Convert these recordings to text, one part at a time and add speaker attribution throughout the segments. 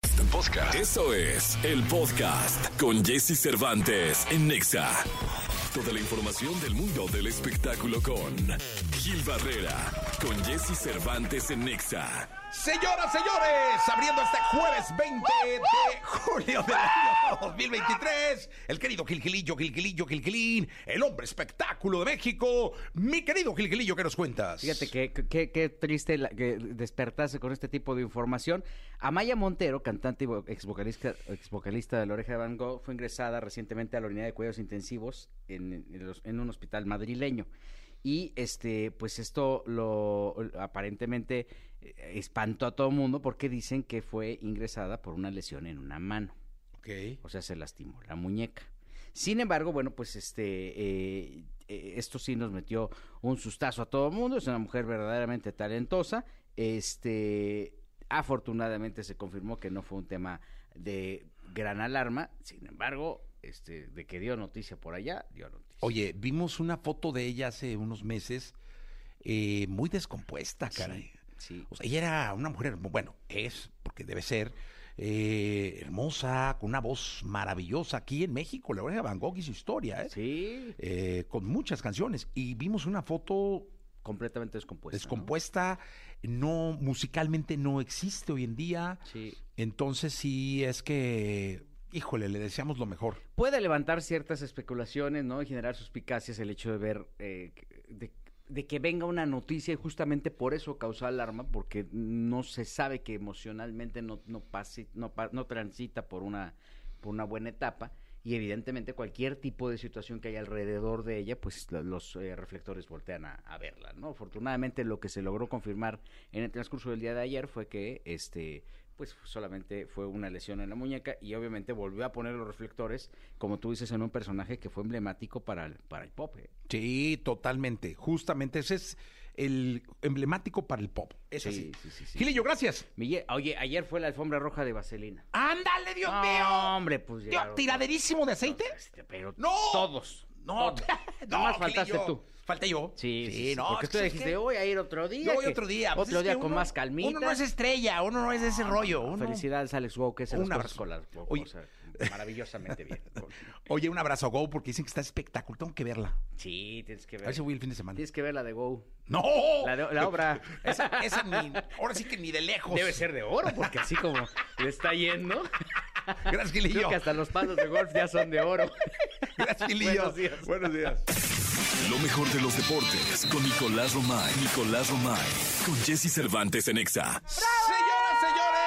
Speaker 1: Podcast. podcast. Eso es el podcast con Jesse Cervantes en Nexa. Toda la información del mundo del espectáculo con Gil Barrera, con Jesse Cervantes en Nexa.
Speaker 2: Señoras, señores, abriendo este jueves 20 de julio del año 2023, el querido Gilgilillo, Gilgilillo, Gilgilín, el hombre espectáculo de México. Mi querido Gilgilillo, ¿qué nos cuentas?
Speaker 3: Fíjate que, que- qué triste la- que despertarse con este tipo de información. Amaya Montero, cantante y vo- ex vocalista, ex vocalista de La Oreja de Van Gogh, fue ingresada recientemente a la unidad de cuidados intensivos en, en los- en un hospital madrileño. Y este, pues esto lo aparentemente eh, espantó a todo el mundo porque dicen que fue ingresada por una lesión en una mano.
Speaker 2: Ok.
Speaker 3: O sea, se lastimó la muñeca. Sin embargo, bueno, pues este, eh, eh, esto sí nos metió un sustazo a todo el mundo. Es una mujer verdaderamente talentosa. Este, afortunadamente se confirmó que no fue un tema de gran alarma. Sin embargo, este, de que dio noticia por allá, dio noticia.
Speaker 4: Oye, vimos una foto de ella hace unos meses eh, muy descompuesta,
Speaker 3: Sí,
Speaker 4: caray.
Speaker 3: sí.
Speaker 4: O sea, ella era una mujer, hermo- bueno, es, porque debe ser, eh, hermosa, con una voz maravillosa aquí en México, la oreja de Van Gogh y su historia, ¿eh?
Speaker 3: Sí,
Speaker 4: Eh, con muchas canciones. Y vimos una foto
Speaker 3: completamente descompuesta. ¿no?
Speaker 4: descompuesta, no musicalmente no existe hoy en día.
Speaker 3: Sí.
Speaker 4: Entonces sí es que, híjole, le deseamos lo mejor.
Speaker 3: puede levantar ciertas especulaciones, ¿no? Y generar suspicacias el hecho de ver, eh, que- de, de que venga una noticia y justamente por eso causa alarma, porque no se sabe que emocionalmente no, no, pase, no, pa- no transita por una, por una buena etapa. Y evidentemente cualquier tipo de situación que haya alrededor de ella, pues la- los eh, reflectores voltean a, a verla, ¿no? Afortunadamente lo que se logró confirmar en el transcurso del día de ayer fue que, este, pues solamente fue una lesión en la muñeca y obviamente volvió a poner los reflectores, como tú dices, en un personaje que fue emblemático para el, para el pop. ¿eh?
Speaker 4: Sí, totalmente. Justamente ese es el emblemático para el pop. Es
Speaker 3: Sí,
Speaker 4: así.
Speaker 3: sí, sí, sí.
Speaker 4: Gilillo, gracias.
Speaker 3: Miguel- oye, ayer fue la alfombra roja de Vaselina.
Speaker 4: ¡Ándale, Dios
Speaker 3: No,
Speaker 4: mío!
Speaker 3: hombre, pues
Speaker 4: Dios,
Speaker 3: llegaron
Speaker 4: ¿Tiraderísimo de aceite?
Speaker 3: todos, este, pero
Speaker 4: ¡No!
Speaker 3: todos.
Speaker 4: No,
Speaker 3: todos.
Speaker 4: no,
Speaker 3: Nomás faltaste
Speaker 4: Gilillo.
Speaker 3: tú.
Speaker 4: Falté yo.
Speaker 3: Sí, sí, sí,
Speaker 4: no.
Speaker 3: porque
Speaker 4: es
Speaker 3: tú
Speaker 4: que-
Speaker 3: dijiste, hoy a ir otro día.
Speaker 4: Yo voy
Speaker 3: que-
Speaker 4: otro día. pues,
Speaker 3: otro
Speaker 4: es
Speaker 3: día
Speaker 4: que
Speaker 3: con
Speaker 4: uno-
Speaker 3: más calmita. Ah,
Speaker 4: Uno no es estrella, uno no es de ese rollo. uno-
Speaker 3: Felicidades, Alex Wow, que se las
Speaker 4: Un
Speaker 3: cosas
Speaker 4: abrazo.
Speaker 3: con las- o-
Speaker 4: Oye.
Speaker 3: o sea, maravillosamente bien.
Speaker 4: Oye, un abrazo a Go porque dicen que está espectacular. Tengo que verla.
Speaker 3: Sí, tienes que
Speaker 4: A ver
Speaker 3: ver.
Speaker 4: si voy el fin de semana.
Speaker 3: Tienes que ver la de Go.
Speaker 4: ¡No!
Speaker 3: La, de- la obra.
Speaker 4: Esa, esa ni- ahora sí que ni de lejos.
Speaker 3: Debe ser de oro, porque así como le está yendo,
Speaker 4: Gracias,
Speaker 3: creo
Speaker 4: Gilillo.
Speaker 3: que hasta los palos de golf ya son de oro.
Speaker 4: Gracias, Gilillo.
Speaker 3: Buenos días.
Speaker 4: Buenos días.
Speaker 1: Lo mejor de los deportes con Nicolás Romay. Nicolás Romay. Con Jesse Cervantes en Exa.
Speaker 2: Señoras, señores,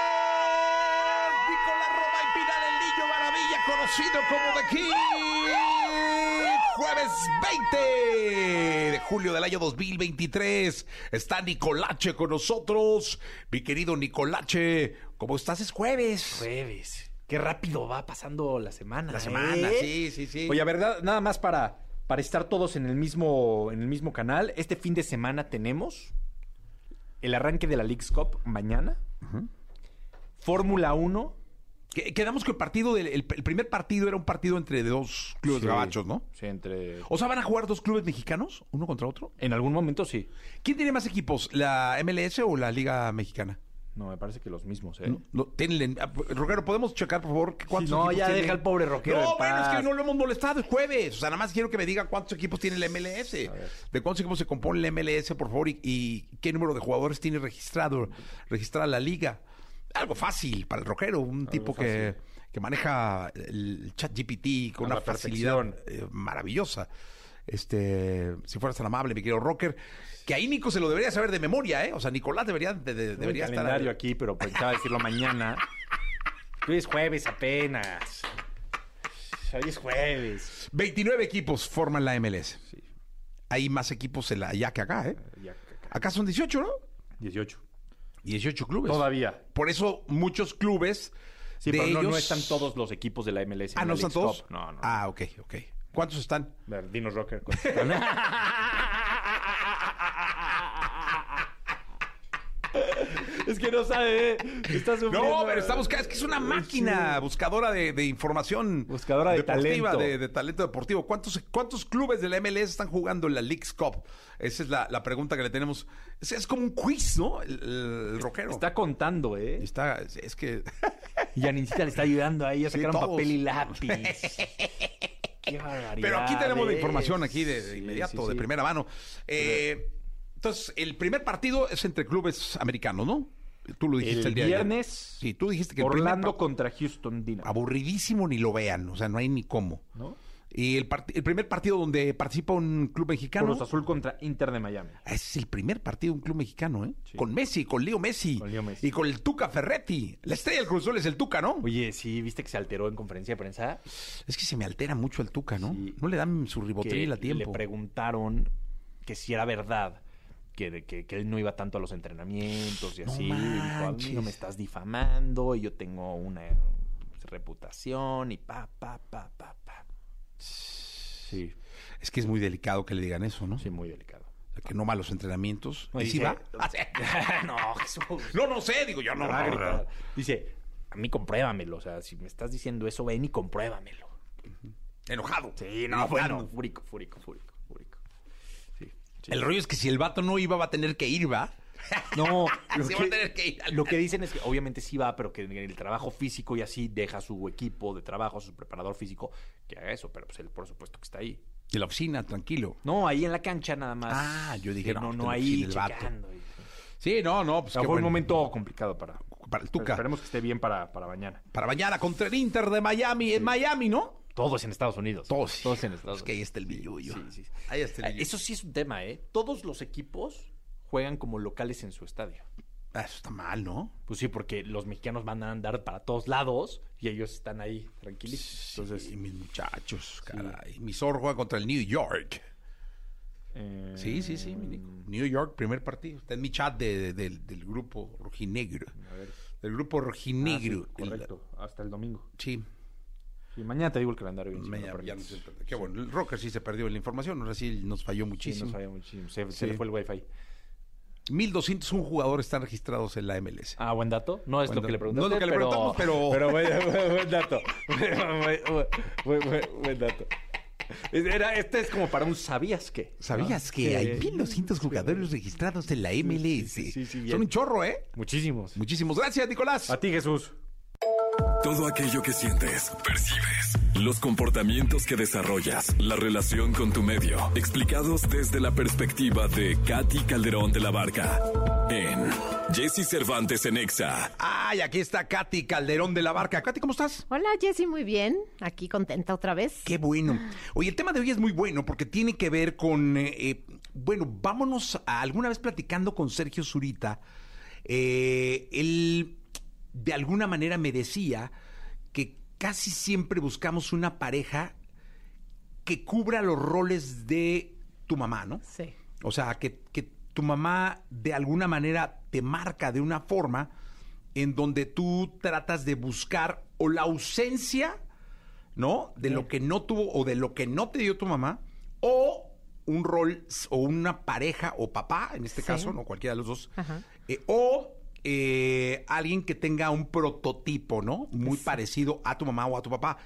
Speaker 2: Nicolás Roma y Pinal el Niño Maravilla, conocido como The Kid.
Speaker 4: Jueves 20 de julio del año 2023. Está Nicolache con nosotros. Mi querido Nicolache, ¿cómo estás? Es jueves.
Speaker 5: Jueves. Qué rápido va pasando la semana.
Speaker 4: La
Speaker 5: ¿eh?
Speaker 4: semana, sí, sí, sí.
Speaker 5: Oye, a verdad, nada más para, para estar todos en el mismo, en el mismo canal. Este fin de semana tenemos el arranque de la League's Cup mañana. Fórmula 1.
Speaker 4: Que- quedamos que el partido, del, el, el primer partido era un partido entre dos clubes
Speaker 5: Sí.
Speaker 4: gabachos, ¿no?
Speaker 5: Sí, entre.
Speaker 4: O sea, ¿van a jugar dos clubes mexicanos? ¿Uno contra otro?
Speaker 5: En algún momento sí.
Speaker 4: ¿Quién tiene más equipos? ¿La MLS o la Liga Mexicana?
Speaker 5: No, me parece que los mismos, ¿eh?
Speaker 4: No, no, tenle- ah, Roguero, ¿podemos checar, por favor, cuántos
Speaker 5: Sí, no,
Speaker 4: equipos
Speaker 5: ya
Speaker 4: tiene?
Speaker 5: deja al pobre Roguero
Speaker 4: No,
Speaker 5: en
Speaker 4: bueno, es
Speaker 5: paz.
Speaker 4: que no lo hemos molestado, es jueves. O sea, nada más quiero que me diga cuántos equipos tiene el MLS. ¿De cuántos equipos se compone el MLS, por favor? Y, y qué número de jugadores tiene registrado, registrada la liga. Algo fácil para el Roguero, un tipo que, que maneja el chat GPT con una
Speaker 5: A la
Speaker 4: facilidad
Speaker 5: perfección.
Speaker 4: eh, maravillosa. Este, si fueras tan amable, mi querido Rocker, que ahí Nico se lo debería saber de memoria, ¿eh? O sea, Nicolás debería, de- de-
Speaker 5: Tengo el
Speaker 4: debería estar.
Speaker 5: calendario aquí, pero pensaba decirlo mañana. Hoy es jueves apenas. Hoy es jueves.
Speaker 4: 29 equipos forman la MLS. Hay más equipos en la allá que acá, ¿eh?
Speaker 5: Ya,
Speaker 4: Acá son 18, ¿no?
Speaker 5: 18.
Speaker 4: 18 clubes.
Speaker 5: Todavía.
Speaker 4: Por eso muchos clubes
Speaker 5: Sí,
Speaker 4: de
Speaker 5: pero no, no
Speaker 4: ellos-
Speaker 5: están todos los equipos de la MLS. en
Speaker 4: Ah,
Speaker 5: la
Speaker 4: ¿no están
Speaker 5: Leagues
Speaker 4: todos?
Speaker 5: Cup. No, no.
Speaker 4: Ah, ok, ok. ¿Cuántos están?
Speaker 5: A ver, dinos Rocker. es que no sabe. ¿eh? Está sufriendo.
Speaker 4: No, pero está buscando. Es que es una máquina buscadora de, de información.
Speaker 5: Buscadora de
Speaker 4: deportiva,
Speaker 5: talento.
Speaker 4: De, de talento deportivo. ¿Cuántos, ¿Cuántos clubes de la MLS están jugando en la League's Cup? Esa es la, la pregunta que le tenemos. Es, es como un quiz, ¿no? El, el rockero.
Speaker 5: Está contando, ¿eh?
Speaker 4: Está- es que
Speaker 5: Y Janicita le está ayudando ahí a
Speaker 4: Sí,
Speaker 5: sacar un
Speaker 4: todos.
Speaker 5: papel y lápiz. Qué barbaridad.
Speaker 4: Pero aquí tenemos la
Speaker 5: ¿ves?
Speaker 4: información aquí de, de
Speaker 5: Sí,
Speaker 4: inmediato,
Speaker 5: sí,
Speaker 4: de
Speaker 5: sí.
Speaker 4: primera mano. Eh, entonces, el primer partido es entre clubes americanos, ¿no? Tú lo dijiste el,
Speaker 5: El,
Speaker 4: día de ayer.
Speaker 5: viernes,
Speaker 4: Sí, tú dijiste que el primer
Speaker 5: Orlando
Speaker 4: par-
Speaker 5: contra Houston Dynamo.
Speaker 4: aburridísimo ni lo vean, o sea, no hay ni cómo.
Speaker 5: ¿no?
Speaker 4: Y el, part- el primer partido donde participa un club mexicano. Ah,
Speaker 5: Cruz Azul contra Inter de Miami.
Speaker 4: Ese es el primer partido de un club mexicano, ¿eh?
Speaker 5: Sí.
Speaker 4: Con Messi, con Leo Messi,
Speaker 5: Con Leo Messi.
Speaker 4: Y con el Tuca Ferretti. La estrella del Cruzol es el Tuca, ¿no?
Speaker 5: Oye, sí, ¿viste que se alteró en conferencia de prensa?
Speaker 4: Es que se me altera mucho el Tuca, ¿no?
Speaker 5: Sí.
Speaker 4: No le dan su
Speaker 5: que
Speaker 4: ribotril a
Speaker 5: le
Speaker 4: tiempo.
Speaker 5: preguntaron que si era verdad que, que- que él no iba tanto a los entrenamientos y
Speaker 4: No
Speaker 5: así. y dijo, a mí no
Speaker 4: manches.
Speaker 5: me estás difamando y yo tengo una reputación y pa, pa, pa, pa, pa. Sí,
Speaker 4: Es que es muy delicado que le digan eso, ¿no?
Speaker 5: sí, muy delicado.
Speaker 4: O sea, que no va a los entrenamientos.
Speaker 5: No,
Speaker 4: ¿Y
Speaker 5: y
Speaker 4: si
Speaker 5: dice-
Speaker 4: va? Ah, sí.
Speaker 5: no, Jesús.
Speaker 4: No, no sé, digo yo, no.
Speaker 5: va a
Speaker 4: no,
Speaker 5: gritar.
Speaker 4: no.
Speaker 5: Dice, a mí compruébamelo. O sea, si me estás diciendo eso, ven y compruébamelo.
Speaker 4: Enojado.
Speaker 5: Sí, no, bueno. Fúrico, fúrico, fúrico, fúrico. Sí, sí.
Speaker 4: El rollo es que si el vato no iba, va a tener que ir, ¿va?
Speaker 5: No, lo,
Speaker 4: Ah, Sí, va a tener que ir.
Speaker 5: lo que dicen es que obviamente sí va, pero que en el trabajo físico y así deja a su equipo de trabajo, a su preparador físico, que haga eso, pero pues él por supuesto que está ahí.
Speaker 4: En la oficina, tranquilo.
Speaker 5: No, ahí en la cancha nada más.
Speaker 4: Ah, yo dije,
Speaker 5: Sí,
Speaker 4: no,
Speaker 5: no,
Speaker 4: está
Speaker 5: no,
Speaker 4: en la
Speaker 5: ahí
Speaker 4: oficina el vato.
Speaker 5: checando. y-
Speaker 4: Sí, no, no, pues
Speaker 5: O sea,
Speaker 4: qué
Speaker 5: fue un
Speaker 4: bueno.
Speaker 5: momento complicado para...
Speaker 4: Para el Tuca.
Speaker 5: Esperemos que esté bien para, para mañana.
Speaker 4: Para mañana contra el Inter de Miami. En Miami, ¿no?
Speaker 5: Todos en Estados Unidos.
Speaker 4: Todos.
Speaker 5: Todos en Estados
Speaker 4: Es que ahí
Speaker 5: Unidos.
Speaker 4: está el billullo.
Speaker 5: Sí, sí, sí.
Speaker 4: Ahí está el
Speaker 5: Ah,
Speaker 4: billullo.
Speaker 5: Eso sí es un tema, ¿eh? Todos los equipos juegan como locales en su estadio.
Speaker 4: Ah, eso está mal, ¿no?
Speaker 5: Pues sí, porque los mexicanos van a andar para todos lados y ellos están ahí tranquilitos. Entonces,
Speaker 4: Sí, mis muchachos, caray. Mi zorro juega contra el New York.
Speaker 5: eh,
Speaker 4: Sí, sí, sí, mi Nico.
Speaker 5: Mm.
Speaker 4: New York, primer partido. Está en mi chat de- de- del, del grupo rojinegro.
Speaker 5: a ver.
Speaker 4: Del grupo
Speaker 5: Ah,
Speaker 4: rojinegro.
Speaker 5: sí, correcto, hasta el domingo.
Speaker 4: El- sí,
Speaker 5: Sí, mañana te digo el calendario bien. si me
Speaker 4: me-
Speaker 5: lo
Speaker 4: ya no
Speaker 5: permites.
Speaker 4: se entiende. Qué bueno, el Rocker sí se perdió la información, ahora sí nos falló
Speaker 5: Sí,
Speaker 4: muchísimo.
Speaker 5: no sabía muchísimo. Se, se le
Speaker 4: Sí.
Speaker 5: fue el wifi.
Speaker 4: 1201 jugadores están registrados en la MLS.
Speaker 5: Ah, buen dato. No es
Speaker 4: Buen
Speaker 5: lo que le
Speaker 4: dato.
Speaker 5: preguntamos.
Speaker 4: No es lo que le preguntamos, pero-
Speaker 5: buen, buen- buen dato. Buen- buen, buen- buen dato. Era, este es como para un sabías que.
Speaker 4: ¿Sabías que hay 1200 jugadores registrados en la MLS?
Speaker 5: Ah, sí, sí, sí, bien.
Speaker 4: Son un chorro, ¿eh?
Speaker 5: Muchísimos.
Speaker 4: Muchísimas gracias, Nicolás.
Speaker 5: A ti, Jesús.
Speaker 1: Todo aquello que sientes, percibes, los comportamientos que desarrollas, la relación con tu medio, explicados desde la perspectiva de Katy Calderón de la Barca en Jesse Cervantes en Exa.
Speaker 4: Ay, aquí está Katy Calderón de la Barca. Katy, ¿cómo estás?
Speaker 6: Hola Jessy, muy bien. Aquí contenta otra vez.
Speaker 4: Qué bueno. Oye, el tema de hoy es muy bueno porque tiene que ver con, eh, eh, bueno, vámonos a alguna vez platicando con Sergio Zurita. eh, él de alguna manera me decía que casi siempre buscamos una pareja que cubra los roles de tu mamá, ¿no?
Speaker 6: Sí.
Speaker 4: O sea, que, que tu mamá de alguna manera te marca de una forma en donde tú tratas de buscar o la ausencia, ¿no? De lo que no tuvo o de lo que no te dio tu mamá, o un rol s- o una pareja o papá, en este
Speaker 6: Sí.
Speaker 4: caso, no cualquiera de los dos,
Speaker 6: Ajá.
Speaker 4: eh, o eh, alguien que tenga un prototipo, ¿no? Muy parecido a tu mamá o a tu papá.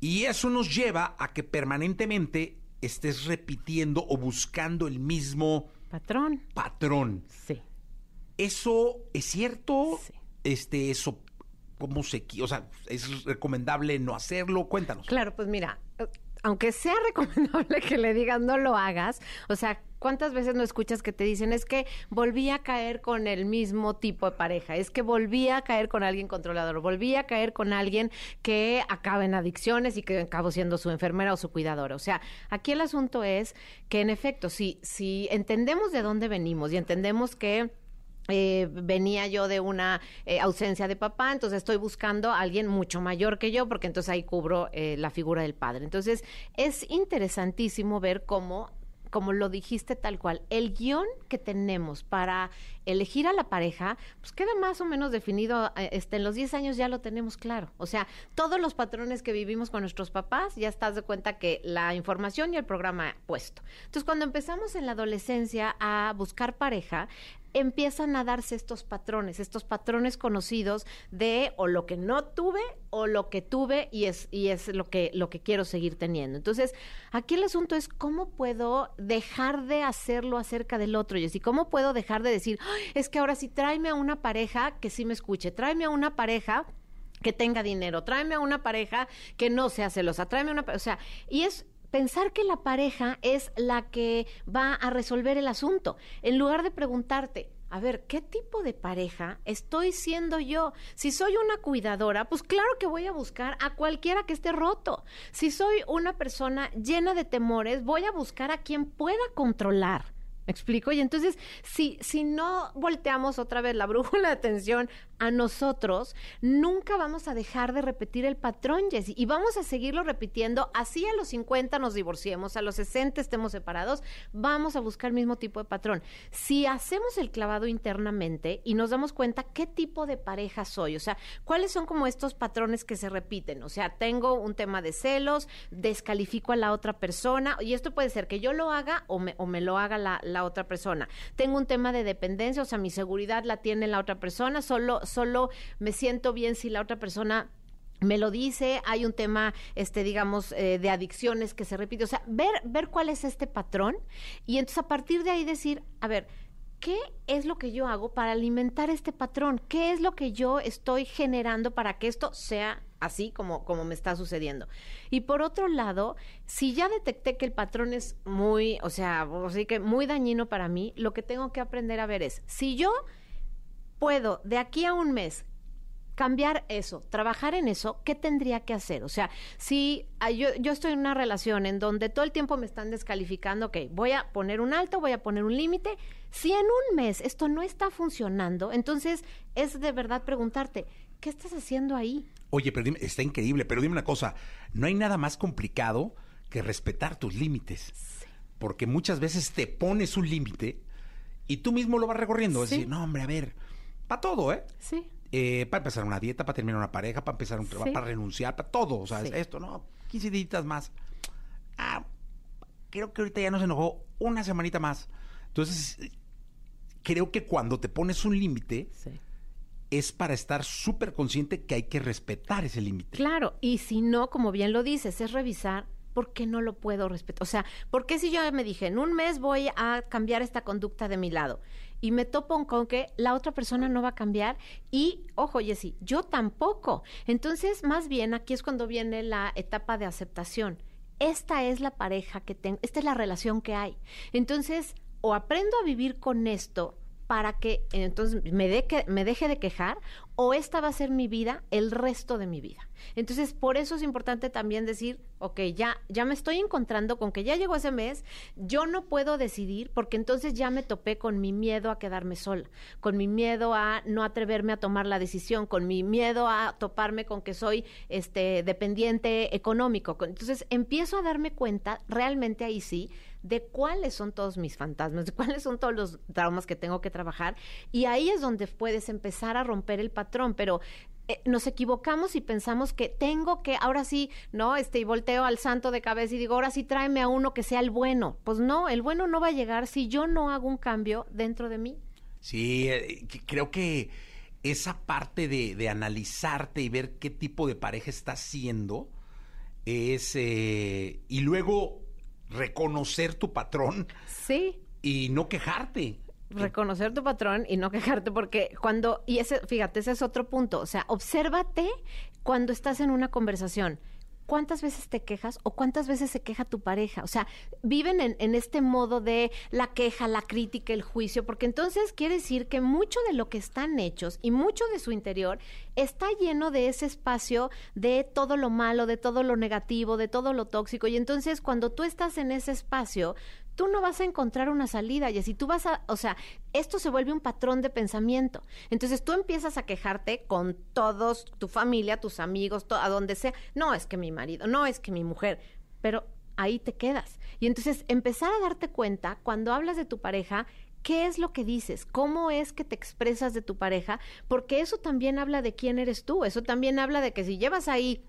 Speaker 4: Y eso nos lleva a que permanentemente estés repitiendo o buscando el mismo
Speaker 6: Patrón.
Speaker 4: patrón.
Speaker 6: Sí.
Speaker 4: ¿Eso es cierto?
Speaker 6: Sí.
Speaker 4: Este, eso, ¿cómo se qui- O sea, ¿es recomendable no hacerlo? Cuéntanos.
Speaker 6: Claro, pues mira, eh, aunque sea recomendable que le digas no lo hagas, o sea, ¿cuántas veces no escuchas que te dicen es que volví a caer con el mismo tipo de pareja? Es que volví a caer con alguien controlador, volví a caer con alguien que acaba en adicciones y que acabo siendo su enfermera o su cuidadora. O sea, aquí el asunto es que en efecto, si, si entendemos de dónde venimos y entendemos que eh, venía yo de una eh, ausencia de papá, entonces estoy buscando a alguien mucho mayor que yo, porque entonces ahí cubro eh, la figura del padre. Entonces es interesantísimo ver cómo, como lo dijiste tal cual, el guión que tenemos para elegir a la pareja, pues queda más o menos definido, eh, este, en los 10 años ya lo tenemos claro. O sea, todos los patrones que vivimos con nuestros papás, ya estás de cuenta que la información y el programa puesto. Entonces cuando empezamos en la adolescencia a buscar pareja, empiezan a darse estos patrones, estos patrones conocidos de o lo que no tuve o lo que tuve y es, y es lo, que, lo que quiero seguir teniendo. Entonces, aquí el asunto es cómo puedo dejar de hacerlo acerca del otro, y cómo puedo dejar de decir, "Ay, es que ahora sí tráeme a una pareja que sí me escuche, tráeme a una pareja que tenga dinero, tráeme a una pareja que no sea celosa, tráeme a una, pa- o sea, y es pensar que la pareja es la que va a resolver el asunto, en lugar de preguntarte, a ver, ¿qué tipo de pareja estoy siendo yo? Si soy una cuidadora, pues claro que voy a buscar a cualquiera que esté roto. Si soy una persona llena de temores, voy a buscar a quien pueda controlar. ¿Me explico? Y entonces, si, si no volteamos otra vez la brújula de atención a nosotros, nunca vamos a dejar de repetir el patrón, Jessy, y vamos a seguirlo repitiendo. Así a los 50 nos divorciemos, a los 60 estemos separados, vamos a buscar el mismo tipo de patrón. Si hacemos el clavado internamente y nos damos cuenta qué tipo de pareja soy, o sea, cuáles son como estos patrones que se repiten, o sea, tengo un tema de celos, descalifico a la otra persona, y esto puede ser que yo lo haga o me, o me lo haga la, la otra persona. Tengo un tema de dependencia, o sea, mi seguridad la tiene la otra persona, solo, solo me siento bien si la otra persona me lo dice, hay un tema, este, digamos, eh, de adicciones que se repite. O sea, ver, ver cuál es este patrón y entonces a partir de ahí decir, a ver, ¿qué es lo que yo hago para alimentar este patrón? ¿Qué es lo que yo estoy generando para que esto sea así como, como me está sucediendo? Y por otro lado, si ya detecté que el patrón es muy, o sea, así que muy dañino para mí, lo que tengo que aprender a ver es, si yo puedo de aquí a un mes cambiar eso, trabajar en eso, ¿qué tendría que hacer? O sea, si ah, yo, yo estoy en una relación en donde todo el tiempo me están descalificando, ok, voy a poner un alto, voy a poner un límite, si en un mes esto no está funcionando, entonces es de verdad preguntarte, ¿qué estás haciendo ahí?
Speaker 4: Oye, pero dime- está increíble, pero dime una cosa, no hay nada más complicado que respetar tus límites. Porque muchas veces te pones un límite y tú mismo lo vas recorriendo. Es
Speaker 6: Sí.
Speaker 4: decir, no, hombre, a ver, para todo, ¿eh?
Speaker 6: Sí.
Speaker 4: Eh, para empezar una dieta, para terminar una pareja, para empezar un trabajo,
Speaker 6: Sí.
Speaker 4: para renunciar, para todo. O sea, es
Speaker 6: Sí.
Speaker 4: esto, no, 15 días más. Ah, creo que ahorita ya nos enojó una semanita más. Entonces, eh, creo que cuando te pones un límite
Speaker 6: Sí.
Speaker 4: es para estar súper consciente que hay que respetar ese límite.
Speaker 6: Claro, y si no, como bien lo dices, es revisar por qué no lo puedo respetar. O sea, ¿por qué si yo me dije en un mes voy a cambiar esta conducta de mi lado y me topo con que la otra persona no va a cambiar y, ojo, Jessy, yo tampoco? Entonces, más bien aquí es cuando viene la etapa de aceptación. Esta es la pareja que tengo, esta es la relación que hay. Entonces, o aprendo a vivir con esto para que eh, entonces me, de que- me deje de quejar o esta va a ser mi vida el resto de mi vida. Entonces, por eso es importante también decir, ok, ya, ya me estoy encontrando con que ya llegó ese mes, yo no puedo decidir porque entonces ya me topé con mi miedo a quedarme sola, con mi miedo a no atreverme a tomar la decisión, con mi miedo a toparme con que soy este, dependiente económico. Con- Entonces, empiezo a darme cuenta realmente ahí sí de cuáles son todos mis fantasmas, de cuáles son todos los traumas que tengo que trabajar. Y ahí es donde puedes empezar a romper el patrón, pero eh, nos equivocamos y pensamos que tengo que, ahora sí, ¿no? Este, y volteo al santo de cabeza y digo, ahora sí tráeme a uno que sea el bueno. Pues no, el bueno no va a llegar si yo no hago un cambio dentro de mí.
Speaker 4: Sí, eh, que- creo que esa parte de, de analizarte y ver qué tipo de pareja estás siendo es... eh, y luego reconocer tu patrón
Speaker 6: Sí.
Speaker 4: y no quejarte.
Speaker 6: reconocer tu patrón y no quejarte porque cuando y ese fíjate ese es otro punto o sea obsérvate cuando estás en una conversación cuántas veces te quejas o cuántas veces se queja tu pareja o sea viven en, en este modo de la queja la crítica el juicio porque entonces quiere decir que mucho de lo que están hechos y mucho de su interior está lleno de ese espacio de todo lo malo de todo lo negativo de todo lo tóxico y entonces cuando tú estás en ese espacio tú no vas a encontrar una salida y así tú vas a, o sea, esto se vuelve un patrón de pensamiento. Entonces tú empiezas a quejarte con todos, tu familia, tus amigos, to- a donde sea. No es que mi marido, no es que mi mujer, pero ahí te quedas. Y entonces empezar a darte cuenta cuando hablas de tu pareja. ¿Qué es lo que dices? ¿Cómo es que te expresas de tu pareja? Porque eso también habla de quién eres tú. Eso también habla de que si llevas ahí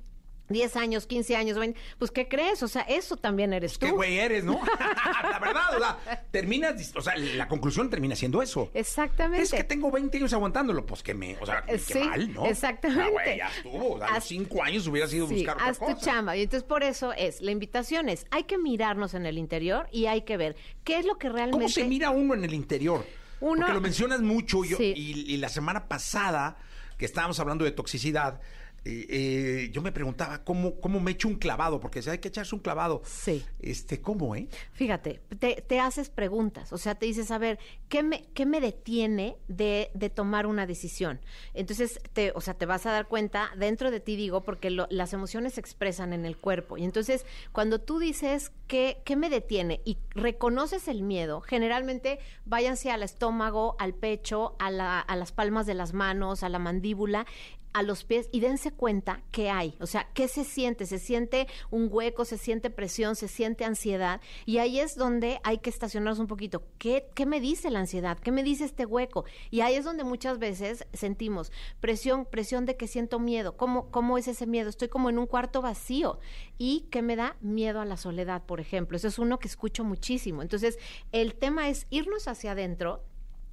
Speaker 6: 10 años, 15 años, 20, pues ¿qué crees? O sea, eso también eres tú.
Speaker 4: ¿Qué güey eres, no? la verdad, o sea, terminas... dis- O sea, la conclusión termina siendo eso.
Speaker 6: Exactamente.
Speaker 4: Es que tengo 20 años aguantándolo, pues que me, o sea, qué
Speaker 6: Sí,
Speaker 4: mal, ¿no?
Speaker 6: exactamente.
Speaker 4: Ah, güey, ya estuvo, o sea, a los
Speaker 6: Haz-
Speaker 4: 5 años hubiera sido
Speaker 6: Sí,
Speaker 4: buscar otra
Speaker 6: haz tu
Speaker 4: cosa.
Speaker 6: chamba. Y entonces por eso es, la invitación es, hay que mirarnos en el interior y hay que ver qué es lo que realmente...
Speaker 4: ¿Cómo se mira uno en el interior?
Speaker 6: Uno-
Speaker 4: Porque lo mencionas mucho yo-
Speaker 6: Sí.
Speaker 4: y, y la semana pasada que estábamos hablando de toxicidad, eh, eh, yo me preguntaba cómo, cómo me echo un clavado, porque si hay que echarse un clavado.
Speaker 6: Sí.
Speaker 4: Este, ¿cómo, eh?
Speaker 6: Fíjate, te, te haces preguntas, o sea, te dices, a ver, ¿qué me, qué me detiene de, de tomar una decisión? Entonces, te, o sea, te vas a dar cuenta, dentro de ti digo, porque lo- las emociones se expresan en el cuerpo. Y entonces, cuando tú dices, ¿qué, ¿qué me detiene? Y reconoces el miedo, generalmente váyanse al estómago, al pecho, a, la- a las palmas de las manos, a la mandíbula a los pies y dense cuenta qué hay, o sea, qué se siente, se siente un hueco, se siente presión, se siente ansiedad y ahí es donde hay que estacionarnos un poquito, ¿qué, qué me dice la ansiedad? ¿Qué me dice este hueco? Y ahí es donde muchas veces sentimos presión, presión de que siento miedo, ¿cómo, cómo es ese miedo? Estoy como en un cuarto vacío y que me da miedo a la soledad, por ejemplo, eso es uno que escucho muchísimo, entonces el tema es irnos hacia adentro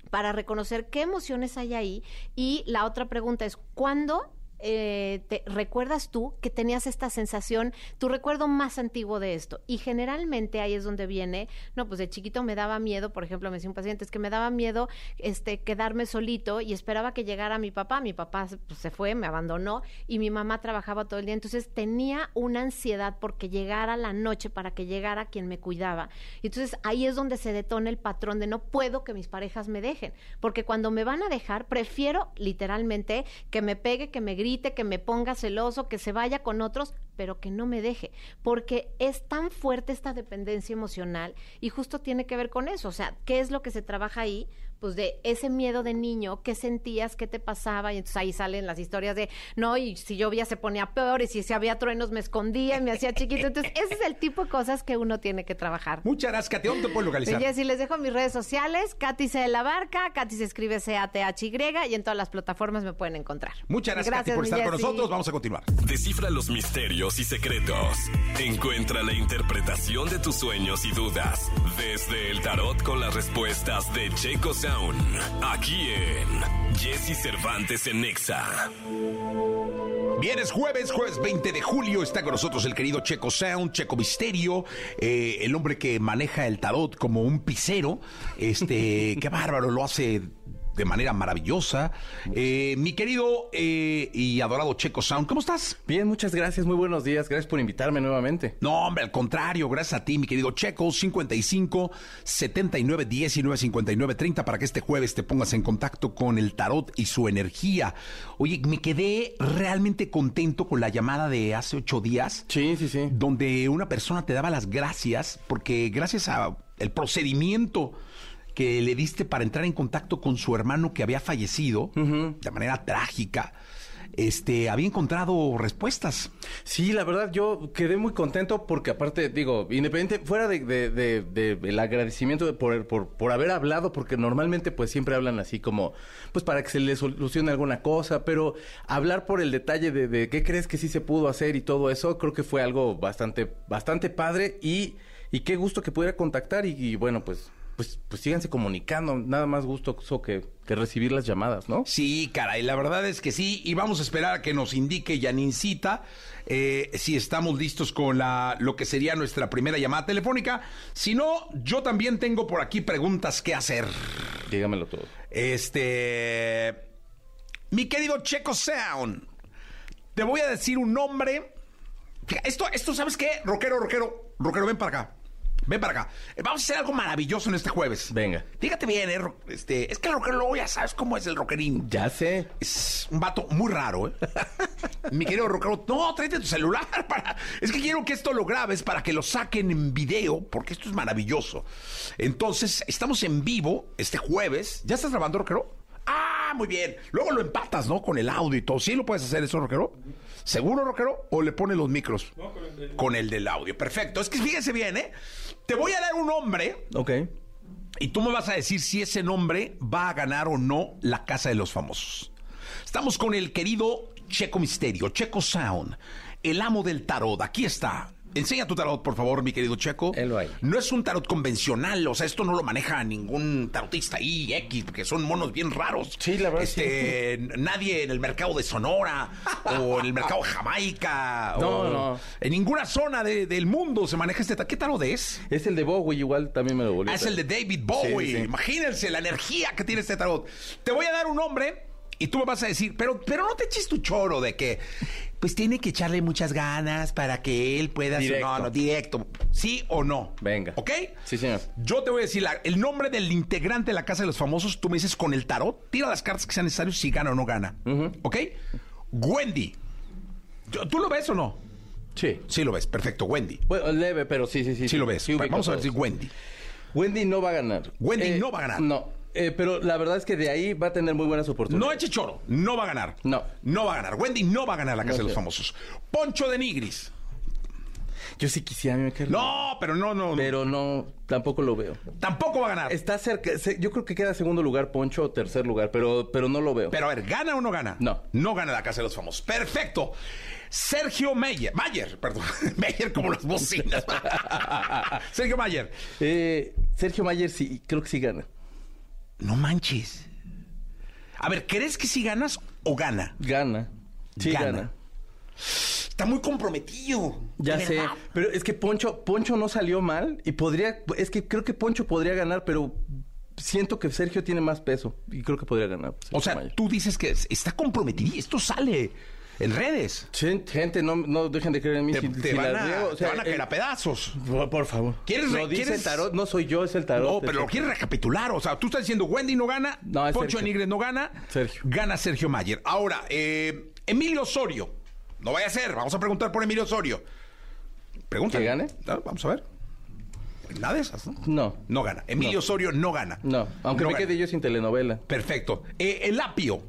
Speaker 6: para reconocer qué emociones hay ahí. Y la otra pregunta es, ¿cuándo eh, te, recuerdas tú que tenías esta sensación, tu recuerdo más antiguo de esto? Y generalmente ahí es donde viene, no, pues de chiquito me daba miedo, por ejemplo, me decía un paciente, es que me daba miedo este, quedarme solito y esperaba que llegara mi papá. Mi papá pues, se fue, me abandonó y mi mamá trabajaba todo el día. Entonces tenía una ansiedad porque llegara la noche, para que llegara quien me cuidaba. Y entonces ahí es donde se detona el patrón de no puedo que mis parejas me dejen, porque cuando me van a dejar, prefiero literalmente que me pegue, que me grite, que me ponga celoso, que se vaya con otros, pero que no me deje, porque es tan fuerte esta dependencia emocional y justo tiene que ver con eso, o sea, ¿qué es lo que se trabaja ahí? Pues de ese miedo de niño, qué sentías, qué te pasaba, y entonces ahí salen las historias de, no, y si llovía se ponía peor, y si se había truenos me escondía y me hacía chiquito, entonces ese es el tipo de cosas que uno tiene que trabajar.
Speaker 4: Muchas gracias, Katia. ¿Dónde te puedes
Speaker 6: Sí,
Speaker 4: localizar?
Speaker 6: Jessy, les dejo mis redes sociales, Katy C de la Barca, Katy se escribe C-A-T-H-Y y en todas las plataformas me pueden encontrar.
Speaker 4: Muchas gracias, Katy, por
Speaker 6: mi
Speaker 4: estar con
Speaker 6: Jessy.
Speaker 4: nosotros. Vamos a continuar.
Speaker 1: Descifra los misterios y secretos. Encuentra la interpretación de tus sueños y dudas desde el tarot con las respuestas de Checo Sound. Aquí en Jesse Cervantes en Nexa.
Speaker 2: Bien, es jueves, jueves 20 de julio. Está con nosotros el querido Checo Sound, Checo Misterio, eh, el hombre que maneja el tarot como un pisero. Este, qué bárbaro, lo hace de manera maravillosa. Eh, mi querido eh, y adorado Checo Sound, ¿cómo estás?
Speaker 7: Bien, muchas gracias, muy buenos días, gracias por invitarme nuevamente.
Speaker 2: No, hombre, al contrario, gracias a ti, mi querido Checo, 55 79 19 59 30 para que este jueves te pongas en contacto con el tarot y su energía. Oye, me quedé realmente contento con la llamada de hace ocho días.
Speaker 7: Sí, sí, sí.
Speaker 2: Donde una persona te daba las gracias porque gracias a el procedimiento que le diste para entrar en contacto con su hermano que había fallecido de manera trágica, este había encontrado respuestas.
Speaker 7: Sí, la verdad yo quedé muy contento porque aparte, digo, independiente, fuera de, de- de- de el agradecimiento de por, por, por haber hablado, porque normalmente pues siempre hablan así como, pues para que se les solucione alguna cosa, pero hablar por el detalle de, de qué crees que sí se pudo hacer y todo eso, creo que fue algo bastante, bastante padre y, y qué gusto que pudiera contactar y, y bueno, pues, pues, pues síganse comunicando, nada más gusto que, que recibir las llamadas, ¿no?
Speaker 4: Sí, caray, la verdad es que sí. Y vamos a esperar a que nos indique Yanincita eh, si estamos listos con la, lo que sería nuestra primera llamada telefónica. Si no, yo también tengo por aquí preguntas que hacer.
Speaker 7: Dígamelo todo.
Speaker 4: Este. Mi querido Checo Sound, te voy a decir un nombre. Fija- Esto, esto, ¿sabes qué? Rockero, rockero, rockero, ven para acá. Ven para acá. Eh, Vamos a hacer algo maravilloso en este jueves.
Speaker 7: Venga.
Speaker 4: Fíjate bien, eh, ro- este, es que el rockero luego ya sabes cómo es el rockerín.
Speaker 7: Ya sé.
Speaker 4: Es un vato muy raro, ¿eh? Mi querido Rockero, no, tráete tu celular. Para... Es que quiero que esto lo grabes para que lo saquen en video, porque esto es maravilloso. Entonces, estamos en vivo este jueves. ¿Ya estás grabando, Rockero? Ah, muy bien. Luego lo empatas, ¿no? Con el audio y todo. ¿Sí lo puedes hacer eso, Rockero? ¿Seguro, Rockero? ¿O le pones los micros? con el del... audio. Perfecto. Es que fíjense bien, ¿eh? Te voy a dar un nombre
Speaker 7: Ok.
Speaker 4: y tú me vas a decir si ese nombre va a ganar o no la Casa de los Famosos. Estamos con el querido Checo Misterio, Checo Sound, el amo del tarot. Aquí está. Enseña tu tarot, por favor, mi querido Checo.
Speaker 7: Él lo hay.
Speaker 4: No es un tarot convencional, o sea, esto no lo maneja ningún tarotista ahí, X, porque son monos bien raros.
Speaker 7: Sí, la verdad,
Speaker 4: Este, n- Nadie en el mercado de Sonora o en el mercado de Jamaica.
Speaker 7: No,
Speaker 4: o
Speaker 7: no.
Speaker 4: En ninguna zona de- del mundo se maneja este tarot. ¿Qué tarot es?
Speaker 7: Es el de Bowie, igual también me lo volvió.
Speaker 4: Ah,
Speaker 7: a
Speaker 4: es
Speaker 7: traer.
Speaker 4: el de David Bowie.
Speaker 7: Sí, sí.
Speaker 4: Imagínense la energía que tiene este tarot. Te voy a dar un nombre Y tú me vas a decir, pero, pero no te eches tu choro de que, pues tiene que echarle muchas ganas para que él pueda... hacer-
Speaker 7: Directo.
Speaker 4: No, no, directo. ¿Sí o no?
Speaker 7: Venga.
Speaker 4: ¿Ok?
Speaker 7: Sí, señor.
Speaker 4: Yo te voy a decir la- el nombre del integrante de la Casa de los Famosos. Tú me dices con el tarot, tira las cartas que sean necesarias si gana o no gana. ¿Ok? Wendy. Yo- ¿Tú lo ves o no?
Speaker 7: Sí.
Speaker 4: Sí lo ves. Perfecto, Wendy.
Speaker 7: Bueno, leve, pero sí, sí, sí.
Speaker 4: Sí lo ves.
Speaker 7: ubico
Speaker 4: Vamos a ver
Speaker 7: todos.
Speaker 4: si Wendy.
Speaker 7: Wendy no va a ganar.
Speaker 4: Wendy no va a ganar.
Speaker 7: No. Eh, pero la verdad es que de ahí va a tener muy buenas
Speaker 4: No
Speaker 7: oportunidades.
Speaker 4: eche choro. No va a ganar.
Speaker 7: No.
Speaker 4: No va a ganar. Wendy no va a ganar la Casa
Speaker 7: No
Speaker 4: de los
Speaker 7: sé.
Speaker 4: Famosos. Poncho de Nigris.
Speaker 7: Yo sí quisiera, me quedo-
Speaker 4: No, pero no, no. no.
Speaker 7: Pero no, tampoco lo veo.
Speaker 4: Tampoco va a ganar.
Speaker 7: Está cerca. se- Yo creo que queda segundo lugar Poncho o tercer lugar, pero, pero no lo veo.
Speaker 4: Pero a ver, ¿gana o no gana?
Speaker 7: No.
Speaker 4: No gana la Casa de los Famosos. Perfecto. Sergio Mayer. Mayer, perdón. Mayer como las bocinas. Sergio Mayer.
Speaker 7: Eh, Sergio Mayer sí, creo que sí gana.
Speaker 4: No manches. A ver, ¿crees que si ganas o gana?
Speaker 7: Gana. Sí
Speaker 4: Gana.
Speaker 7: gana.
Speaker 4: Está muy comprometido.
Speaker 7: Ya
Speaker 4: ¿De
Speaker 7: sé,
Speaker 4: verdad?
Speaker 7: pero es que Poncho, Poncho no salió mal y podría, es que creo que Poncho podría ganar, pero siento que Sergio tiene más peso y creo que podría ganar. Sergio
Speaker 4: O sea,
Speaker 7: Mayer.
Speaker 4: tú dices que es- está comprometido y esto sale en redes.
Speaker 7: Chen- Gente, no, no dejen de creer en mí.
Speaker 4: Te,
Speaker 7: si-
Speaker 4: te
Speaker 7: si
Speaker 4: van,
Speaker 7: la
Speaker 4: a,
Speaker 7: riego, o
Speaker 4: te
Speaker 7: sea,
Speaker 4: van a
Speaker 7: eh,
Speaker 4: caer a pedazos.
Speaker 7: por, por favor.
Speaker 4: ¿Quieres re-
Speaker 7: Lo dice
Speaker 4: quieres-
Speaker 7: el tarot, no soy yo, es el tarot.
Speaker 4: No, pero lo quieres recapitular. O sea, tú estás diciendo Wendy no gana,
Speaker 7: No, es
Speaker 4: Poncho
Speaker 7: Sergio.
Speaker 4: Nigres no gana,
Speaker 7: Sergio.
Speaker 4: gana Sergio Mayer. Ahora, eh, Emilio Osorio. No vaya a ser, vamos a preguntar por Emilio Osorio. Pregunta.
Speaker 7: ¿Que gane?
Speaker 4: Vamos a ver. Nada de esas, ¿no?
Speaker 7: No.
Speaker 4: No gana. Emilio
Speaker 7: No.
Speaker 4: Osorio no gana.
Speaker 7: No, aunque
Speaker 4: No
Speaker 7: me
Speaker 4: gana.
Speaker 7: quede yo sin telenovela.
Speaker 4: Perfecto. Eh, el apio.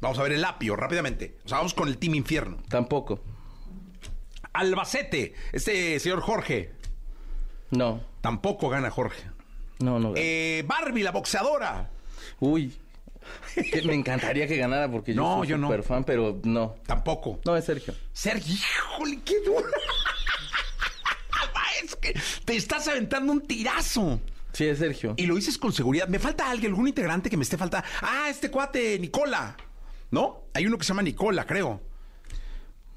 Speaker 4: Vamos a ver el apio rápidamente. O sea, vamos con el Team Infierno.
Speaker 7: Tampoco.
Speaker 4: Albacete. Este señor Jorge.
Speaker 7: No,
Speaker 4: Tampoco gana Jorge.
Speaker 7: no, no. gana.
Speaker 4: Eh, Barbie, la boxeadora.
Speaker 7: Uy, que me encantaría que ganara porque yo
Speaker 4: No,
Speaker 7: soy
Speaker 4: yo no.
Speaker 7: super fan, pero no.
Speaker 4: Tampoco.
Speaker 7: No es Sergio.
Speaker 4: Sergio, híjole, qué duro. Va, es que te estás aventando un tirazo.
Speaker 7: Sí, es Sergio.
Speaker 4: Y lo dices con seguridad. Me falta alguien, algún integrante que me esté falta. Ah, este cuate, Nicola. ¿No? Hay uno que se llama Nicola, creo.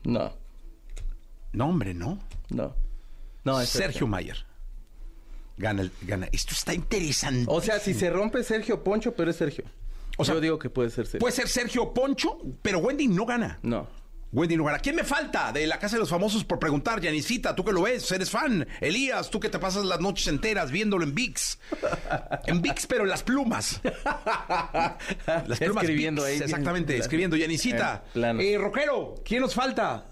Speaker 7: No,
Speaker 4: No, hombre, no.
Speaker 7: no. No, es
Speaker 4: Sergio, Mayer. Gana, el- gana. Esto está interesante.
Speaker 7: O sea, si se rompe Sergio Poncho, pero es Sergio.
Speaker 4: O sea, pues,
Speaker 7: yo digo que puede ser Sergio.
Speaker 4: Puede ser Sergio Poncho, pero Wendy no gana.
Speaker 7: No.
Speaker 4: Wendy no gana. ¿Quién me falta de la Casa de los Famosos por preguntar? Yanisita, tú que lo ves, eres fan. Elías, tú que te pasas las noches enteras viéndolo en VIX. En VIX, pero en las plumas. Las plumas
Speaker 7: Escribiendo
Speaker 4: VIX,
Speaker 7: ahí.
Speaker 4: Exactamente,
Speaker 7: Bien,
Speaker 4: escribiendo. Yanisita.
Speaker 7: en plano.
Speaker 4: Eh, Rockero, ¿quién nos falta?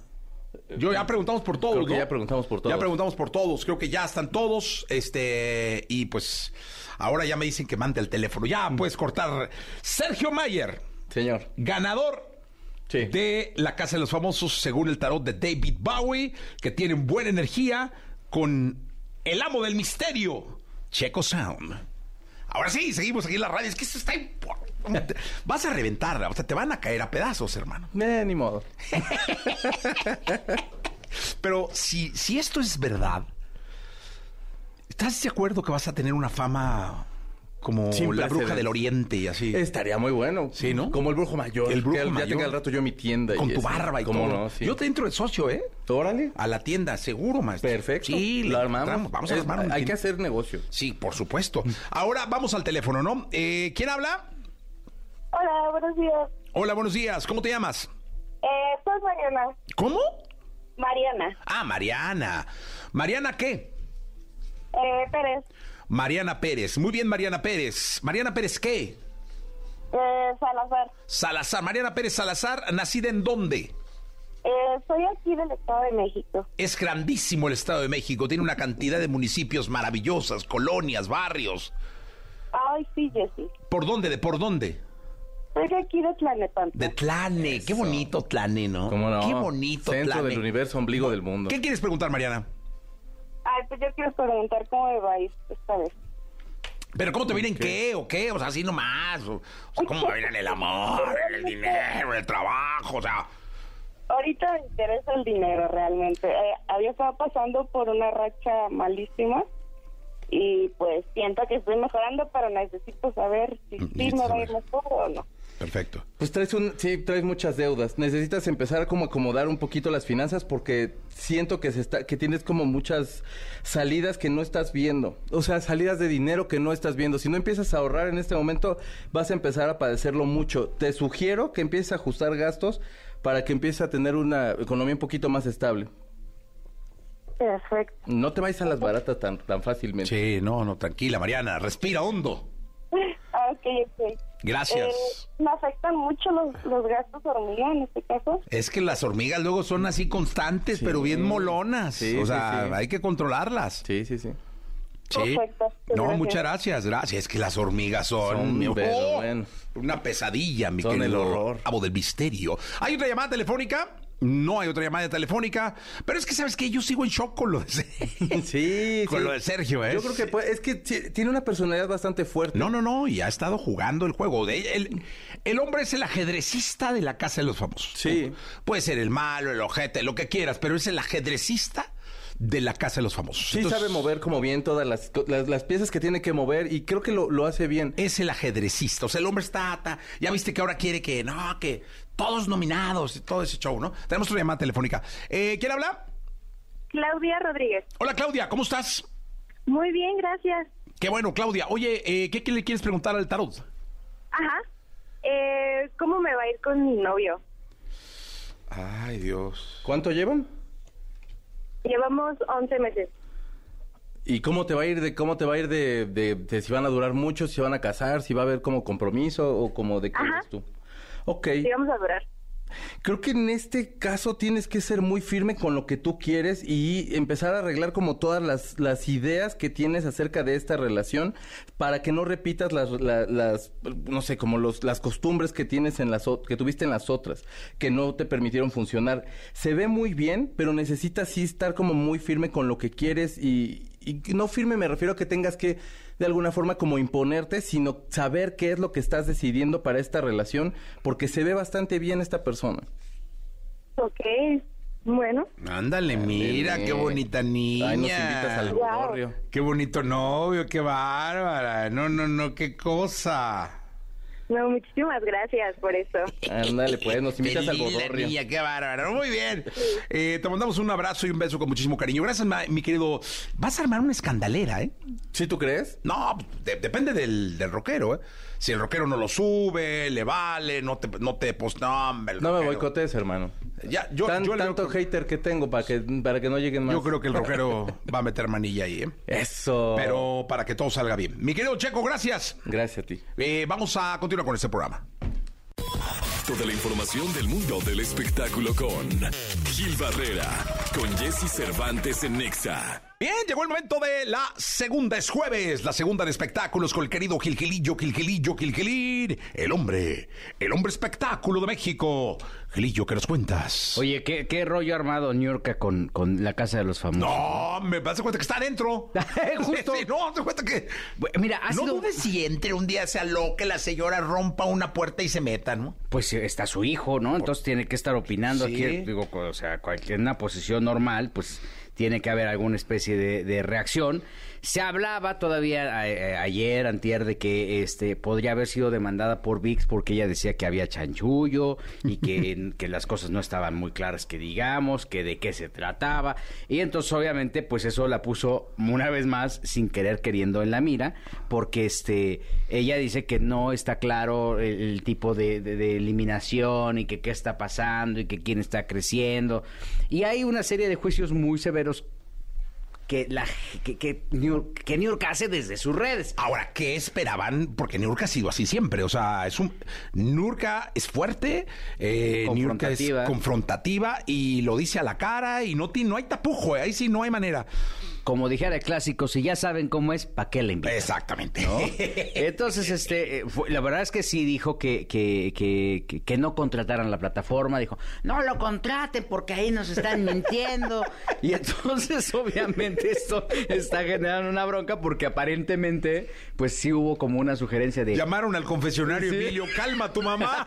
Speaker 4: Yo ya preguntamos por todos,
Speaker 7: Creo que
Speaker 4: ¿no?
Speaker 7: ya preguntamos por todos.
Speaker 4: Ya preguntamos por todos. Creo que ya están todos. Este, y pues ahora ya me dicen que mande el teléfono. Ya
Speaker 7: Mm.
Speaker 4: puedes cortar. Sergio Mayer,
Speaker 7: Señor.
Speaker 4: ganador
Speaker 7: Sí.
Speaker 4: de la Casa de los Famosos, según el tarot de David Bowie, que tienen buena energía con el amo del misterio, Checo Sound. Ahora sí, seguimos aquí en la radio. Es que esto está. impo- Vas a reventarla, o sea, te van a caer a pedazos, hermano.
Speaker 7: Eh, ni modo.
Speaker 4: Pero si, si esto es verdad, ¿estás de acuerdo que vas a tener una fama como
Speaker 7: Sin
Speaker 4: la bruja
Speaker 7: precedentes.
Speaker 4: del oriente y así?
Speaker 7: Estaría muy bueno.
Speaker 4: Sí, ¿no?
Speaker 7: Como el brujo mayor.
Speaker 4: El brujo
Speaker 7: que
Speaker 4: mayor.
Speaker 7: Ya tenga el rato yo mi tienda.
Speaker 4: con
Speaker 7: y
Speaker 4: tu
Speaker 7: eso.
Speaker 4: barba y
Speaker 7: ¿Cómo
Speaker 4: todo.
Speaker 7: no? Sí.
Speaker 4: Yo te entro de socio, ¿eh?
Speaker 7: Órale.
Speaker 4: A la tienda, seguro, maestro.
Speaker 7: Perfecto.
Speaker 4: Sí,
Speaker 7: lo
Speaker 4: le
Speaker 7: armamos.
Speaker 4: entramos. Vamos a
Speaker 7: Es-
Speaker 4: armar un
Speaker 7: Hay
Speaker 4: tin-
Speaker 7: que hacer Mm. negocio.
Speaker 4: Sí, por supuesto. Ahora vamos al teléfono, ¿no? Eh, ¿Quién habla?
Speaker 8: Hola, buenos días.
Speaker 4: Hola, buenos días. ¿Cómo te llamas?
Speaker 8: Eh, pues Mariana.
Speaker 4: ¿Cómo?
Speaker 8: Mariana.
Speaker 4: Ah, Mariana. ¿Mariana qué?
Speaker 8: Eh, Pérez.
Speaker 4: Mariana Pérez. Muy bien, Mariana Pérez. ¿Mariana Pérez qué?
Speaker 8: Eh, Salazar.
Speaker 4: Salazar. Mariana Pérez Salazar, ¿nacida en dónde?
Speaker 8: Eh, soy aquí del Estado de México.
Speaker 4: Es grandísimo el Estado de México. Tiene una cantidad de municipios maravillosas, colonias, barrios.
Speaker 8: Ay, sí, Jessy.
Speaker 4: ¿Por dónde? ¿De por dónde?
Speaker 8: Soy de aquí de Tlanepantla.
Speaker 4: De Tlane. Qué bonito Tlane, ¿no?
Speaker 7: Oh, ¿Cómo no?
Speaker 4: Qué bonito eh.
Speaker 7: Centro
Speaker 4: Tlane.
Speaker 7: del universo, ombligo del mundo.
Speaker 4: ¿Qué quieres preguntar, Mariana?
Speaker 8: Ay, pues yo quiero preguntar cómo me va a ir esta vez.
Speaker 4: ¿Pero cómo te vienen qué o qué? O sea, así nomás. O, o sea, ¿cómo me vienen el amor, el dinero, el trabajo? O sea,
Speaker 8: Ahorita me interesa el dinero realmente. Eh, había estado pasando por una racha malísima y pues siento que estoy mejorando, pero Mm, necesito saber si sí me va a ir mejor o no.
Speaker 4: Perfecto.
Speaker 7: Pues traes un, sí, traes muchas deudas. Necesitas empezar como a acomodar un poquito las finanzas porque siento que se está, que tienes como muchas salidas que no estás viendo. O sea, salidas de dinero que no estás viendo. Si no empiezas a ahorrar en este momento, vas a empezar a padecerlo mucho. Te sugiero que empieces a ajustar gastos para que empieces a tener una economía un poquito más estable.
Speaker 8: Perfecto.
Speaker 7: No te vayas a las baratas tan, tan fácilmente.
Speaker 4: Sí, no, no, tranquila, Mariana, respira hondo.
Speaker 8: Ah, Ok, ok.
Speaker 4: Gracias.
Speaker 8: Eh, me afectan mucho los, los gastos hormiga en este caso.
Speaker 4: Es que las hormigas luego son así constantes,
Speaker 7: Sí.
Speaker 4: pero bien molonas.
Speaker 7: Sí, sí,
Speaker 4: o sea,
Speaker 7: sí.
Speaker 4: hay que controlarlas.
Speaker 7: Sí, sí, sí.
Speaker 4: Sí.
Speaker 8: Perfecto, Pues
Speaker 4: No,
Speaker 8: gracias.
Speaker 4: muchas gracias, gracias. Es que las hormigas son,
Speaker 7: Son, pero
Speaker 4: ¡Oh!
Speaker 7: bueno.
Speaker 4: una pesadilla, mi
Speaker 7: Son el
Speaker 4: querido
Speaker 7: horror.
Speaker 4: abo del misterio. ¿Hay otra llamada telefónica? No hay otra llamada telefónica, pero es que sabes que yo sigo en shock con lo de Sergio.
Speaker 7: Sí,
Speaker 4: Con
Speaker 7: sí.
Speaker 4: lo de Sergio, ¿eh?
Speaker 7: Yo creo que puede- es que ti- tiene una personalidad bastante fuerte.
Speaker 4: No, no, no, y ha estado jugando el juego. De- El, el hombre es el ajedrecista de la casa de los famosos.
Speaker 7: Sí.
Speaker 4: Puede ser el malo, el ojete, lo que quieras, pero es el ajedrecista de la casa de los famosos.
Speaker 7: Sí
Speaker 4: Pues Entonces,
Speaker 7: sabe mover como bien todas las, co- las, las piezas que tiene que mover y creo que lo, lo hace bien.
Speaker 4: Es el ajedrecista. O sea, el hombre está ata. Ya viste que ahora quiere que, no, que todos nominados y todo ese show, ¿no? Tenemos una llamada telefónica. Eh, ¿Quién habla?
Speaker 8: Claudia Rodríguez.
Speaker 4: Hola, Claudia, ¿cómo estás?
Speaker 8: Muy bien, gracias.
Speaker 4: Qué bueno, Claudia. Oye, eh, ¿qué, qué le quieres preguntar al tarot?
Speaker 8: Ajá. Eh, ¿Cómo me va a ir con mi novio?
Speaker 4: Ay, Dios.
Speaker 7: ¿Cuánto llevan?
Speaker 8: Llevamos 11 meses.
Speaker 7: ¿Y cómo te va a ir de cómo te va a ir de, de- de si van a durar mucho, si van a casar, si va a haber como compromiso o como de qué
Speaker 8: Ajá.
Speaker 7: eres tú? Ok.
Speaker 8: Sí, vamos a durar.
Speaker 7: Creo que en este caso tienes que ser muy firme con lo que tú quieres y empezar a arreglar como todas las, las ideas que tienes acerca de esta relación para que no repitas las, la- las, no sé, como los, las costumbres que tienes en las o- que tuviste en las otras, que no te permitieron funcionar. Se ve muy bien, pero necesitas sí estar como muy firme con lo que quieres y, y no firme me refiero a que tengas que de alguna forma como imponerte, sino saber qué es lo que estás decidiendo para esta relación, porque se ve bastante bien esta persona.
Speaker 8: Ok. Bueno.
Speaker 4: Ándale, mira,
Speaker 7: Ándale.
Speaker 4: qué bonita niña.
Speaker 7: Ay, nos invitas al
Speaker 8: Wow.
Speaker 7: gorrio.
Speaker 4: Qué bonito novio, qué bárbara. No, no, no, qué cosa.
Speaker 8: No, muchísimas gracias por eso.
Speaker 7: Ándale, pues, nos invitas al
Speaker 4: Feliz la
Speaker 7: gorrio.
Speaker 4: niña, qué bárbara. Muy bien. Eh, te mandamos un abrazo y un beso con muchísimo cariño. Gracias, ma- mi querido. Vas a armar una escandalera, ¿eh?
Speaker 7: ¿Sí tú crees?
Speaker 4: No, de- depende del, del rockero, ¿eh? Si el rockero no lo sube, le vale, no te, no te post... No, hombre, el
Speaker 7: No me
Speaker 4: rockero.
Speaker 7: boicotees, hermano.
Speaker 4: Ya, yo,
Speaker 7: Tan-
Speaker 4: yo le-
Speaker 7: tanto hater que tengo para que, para que no lleguen más.
Speaker 4: yo creo que el rockero va a meter manilla ahí, ¿eh?
Speaker 7: Eso.
Speaker 3: Oh.
Speaker 4: Pero para que todo salga bien. Mi querido Checo, gracias.
Speaker 7: Gracias a ti.
Speaker 4: Eh, vamos a continuar con este programa.
Speaker 1: Toda la información del mundo del espectáculo con Gil Barrera, con Jesse Cervantes en Nexa.
Speaker 4: Bien, llegó el momento de la segunda. Es jueves, la segunda de espectáculos con el querido Gilgilillo, Gilgilillo, Gilgilín. El hombre, el hombre espectáculo de México. Gilillo, ¿qué nos cuentas?
Speaker 3: Oye, ¿qué, qué rollo ha armado New York con, con la casa de los famosos?
Speaker 4: No, me das cuenta que está adentro.
Speaker 3: Justo.
Speaker 4: Sí, no, das cuenta que.
Speaker 3: Bueno, Mira, ha
Speaker 4: no
Speaker 3: sido-
Speaker 4: dudes si entre un día sea lo que la señora rompa una puerta y se meta, ¿no?
Speaker 3: Pues eh, está su hijo, ¿no? Entonces tiene que estar opinando
Speaker 4: Sí.
Speaker 3: aquí, digo, co- o sea, cualquier en una posición normal, pues tiene que haber alguna especie de, de reacción. Se hablaba todavía eh, eh, ayer, antier, de que este podría haber sido demandada por VIX porque ella decía que había chanchullo y que, que las cosas no estaban muy claras que digamos, que de qué se trataba. Y entonces, obviamente, pues eso la puso una vez más, sin querer queriendo, en la mira, porque este ella dice que no está claro el, el tipo de, de- de eliminación y que qué está pasando y que quién está creciendo. Y hay una serie de juicios muy severos que, la, que, que New York- que New York hace desde sus redes.
Speaker 4: Ahora, ¿qué esperaban? Porque Nurka ha sido así siempre. O sea, es un. Nurka es fuerte, eh, Niurka es
Speaker 3: Confrontativa.
Speaker 4: confrontativa y lo dice a la cara y no, ti- no hay tapujo, eh, ahí sí no hay manera.
Speaker 3: Como dijera el clásico, si ya saben cómo es, ¿para qué le invitan?
Speaker 4: Exactamente.
Speaker 3: ¿no? Entonces, este, eh, fue- la verdad es que sí dijo que, que, que- que- que no contrataran la plataforma. Dijo, no lo contraten porque ahí nos están mintiendo. Y entonces, obviamente, esto está generando una bronca porque aparentemente, pues sí hubo como una sugerencia de...
Speaker 4: Llamaron al confesionario
Speaker 3: Sí.
Speaker 4: Emilio, calma tu mamá.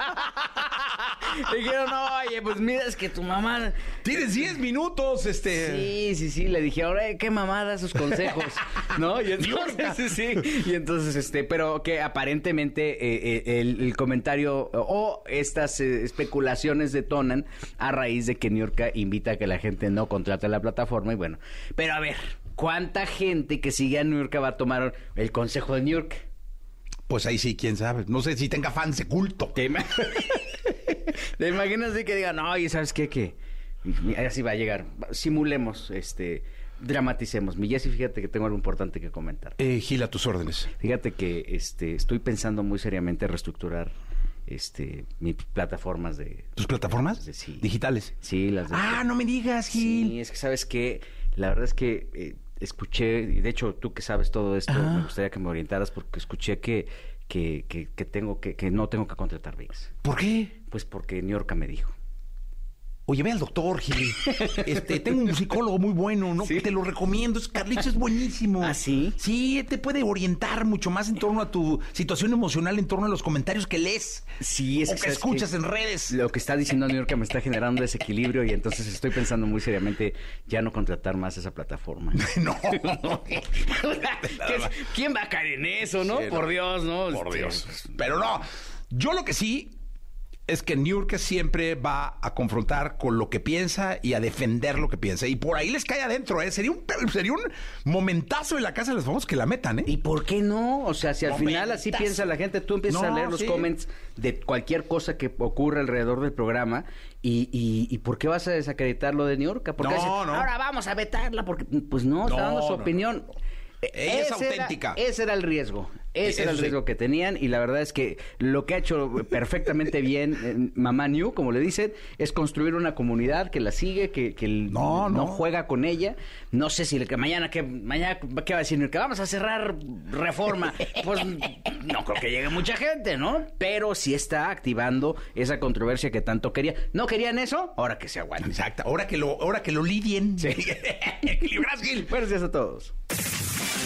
Speaker 3: Le dijeron, oye, pues mira, es que tu mamá.
Speaker 4: Tienes 10 minutos, este.
Speaker 3: Sí, sí, sí. Le dije, ahora eh, qué mamada sus consejos, ¿no? Y entonces, sí, sí. Y entonces, este, pero que aparentemente eh, eh, el, el comentario o estas eh, especulaciones detonan a raíz de que New York invita a que la gente no contrate la plataforma y bueno. Pero a ver, ¿cuánta gente que sigue a New York va a tomar el consejo de New York?
Speaker 4: Pues ahí sí, quién sabe. No sé si tenga fans de culto.
Speaker 3: ¿Te, ima- ¿Te imaginas así que digan, no, y sabes qué, que así va a llegar. Simulemos, este, dramaticemos. Mi Jessy, fíjate que tengo algo importante que comentar.
Speaker 4: Eh, Gil, a tus órdenes.
Speaker 3: Fíjate que este, estoy pensando muy seriamente reestructurar este, mis plataformas de...
Speaker 4: ¿Tus plataformas?
Speaker 3: Sí.
Speaker 4: Digitales.
Speaker 3: Sí, las de...
Speaker 4: Ah, no me digas, Gil.
Speaker 3: Sí, es que sabes que la verdad es que eh, escuché, y de hecho tú que sabes todo esto,
Speaker 4: Ah.
Speaker 3: me gustaría que me orientaras porque escuché que, que, que, que tengo que, que no tengo que contratar VIX.
Speaker 4: ¿Por qué?
Speaker 3: Pues porque New York me dijo.
Speaker 4: Oye, ve al doctor, Gil. Este, tengo un psicólogo muy bueno, ¿no?
Speaker 3: Sí.
Speaker 4: Te lo recomiendo. Es- Carlitos es buenísimo.
Speaker 3: ¿Ah, sí?
Speaker 4: Sí, te puede orientar mucho más en torno a tu situación emocional, en torno a los comentarios que lees
Speaker 3: Sí, es
Speaker 4: o que
Speaker 3: sabes
Speaker 4: escuchas
Speaker 3: que
Speaker 4: en redes.
Speaker 3: Lo que está diciendo New York me está generando desequilibrio y entonces estoy pensando muy seriamente ya no contratar más esa plataforma.
Speaker 4: No.
Speaker 3: ¿Qué es- ¿Quién va a caer en eso, no?
Speaker 4: Sí, no.
Speaker 3: por Dios, ¿no?
Speaker 4: Por
Speaker 3: Este,
Speaker 4: Dios. Pero no. Yo lo que sí es que New York siempre va a confrontar con lo que piensa y a defender lo que piensa. Y por ahí les cae adentro, ¿eh? Sería un, sería un momentazo en la casa de los famosos que la metan, ¿eh?
Speaker 3: ¿Y por qué no? O sea, si al final así
Speaker 4: Momentazo.
Speaker 3: piensa la gente, tú empiezas
Speaker 4: No,
Speaker 3: a leer los
Speaker 4: sí.
Speaker 3: comments de cualquier cosa que ocurra alrededor del programa y, y, y ¿por qué vas a desacreditar lo de New York? Porque
Speaker 4: No,
Speaker 3: dices,
Speaker 4: no.
Speaker 3: ahora vamos a vetarla porque pues no, está
Speaker 4: No,
Speaker 3: dando su
Speaker 4: no, no,
Speaker 3: opinión.
Speaker 4: Ella es
Speaker 3: Ese era-
Speaker 4: auténtica.
Speaker 3: ese era el riesgo. Ese
Speaker 4: Eso
Speaker 3: era el
Speaker 4: sí.
Speaker 3: riesgo que tenían y la verdad es que lo que ha hecho perfectamente bien eh, Mamá New, como le dicen, es construir una comunidad que la sigue, que, que el-
Speaker 4: No, no.
Speaker 3: juega con ella. No sé si el que mañana que mañana qué va a decir, que vamos a cerrar Reforma. Pues no creo que llegue mucha gente, ¿no? Pero sí está activando esa controversia que tanto quería. ¿No querían eso? Ahora que se aguanten.
Speaker 4: Exacto. Ahora que lo, ahora que lo lidien. Equilibras, Gil.
Speaker 3: Buenos días a todos.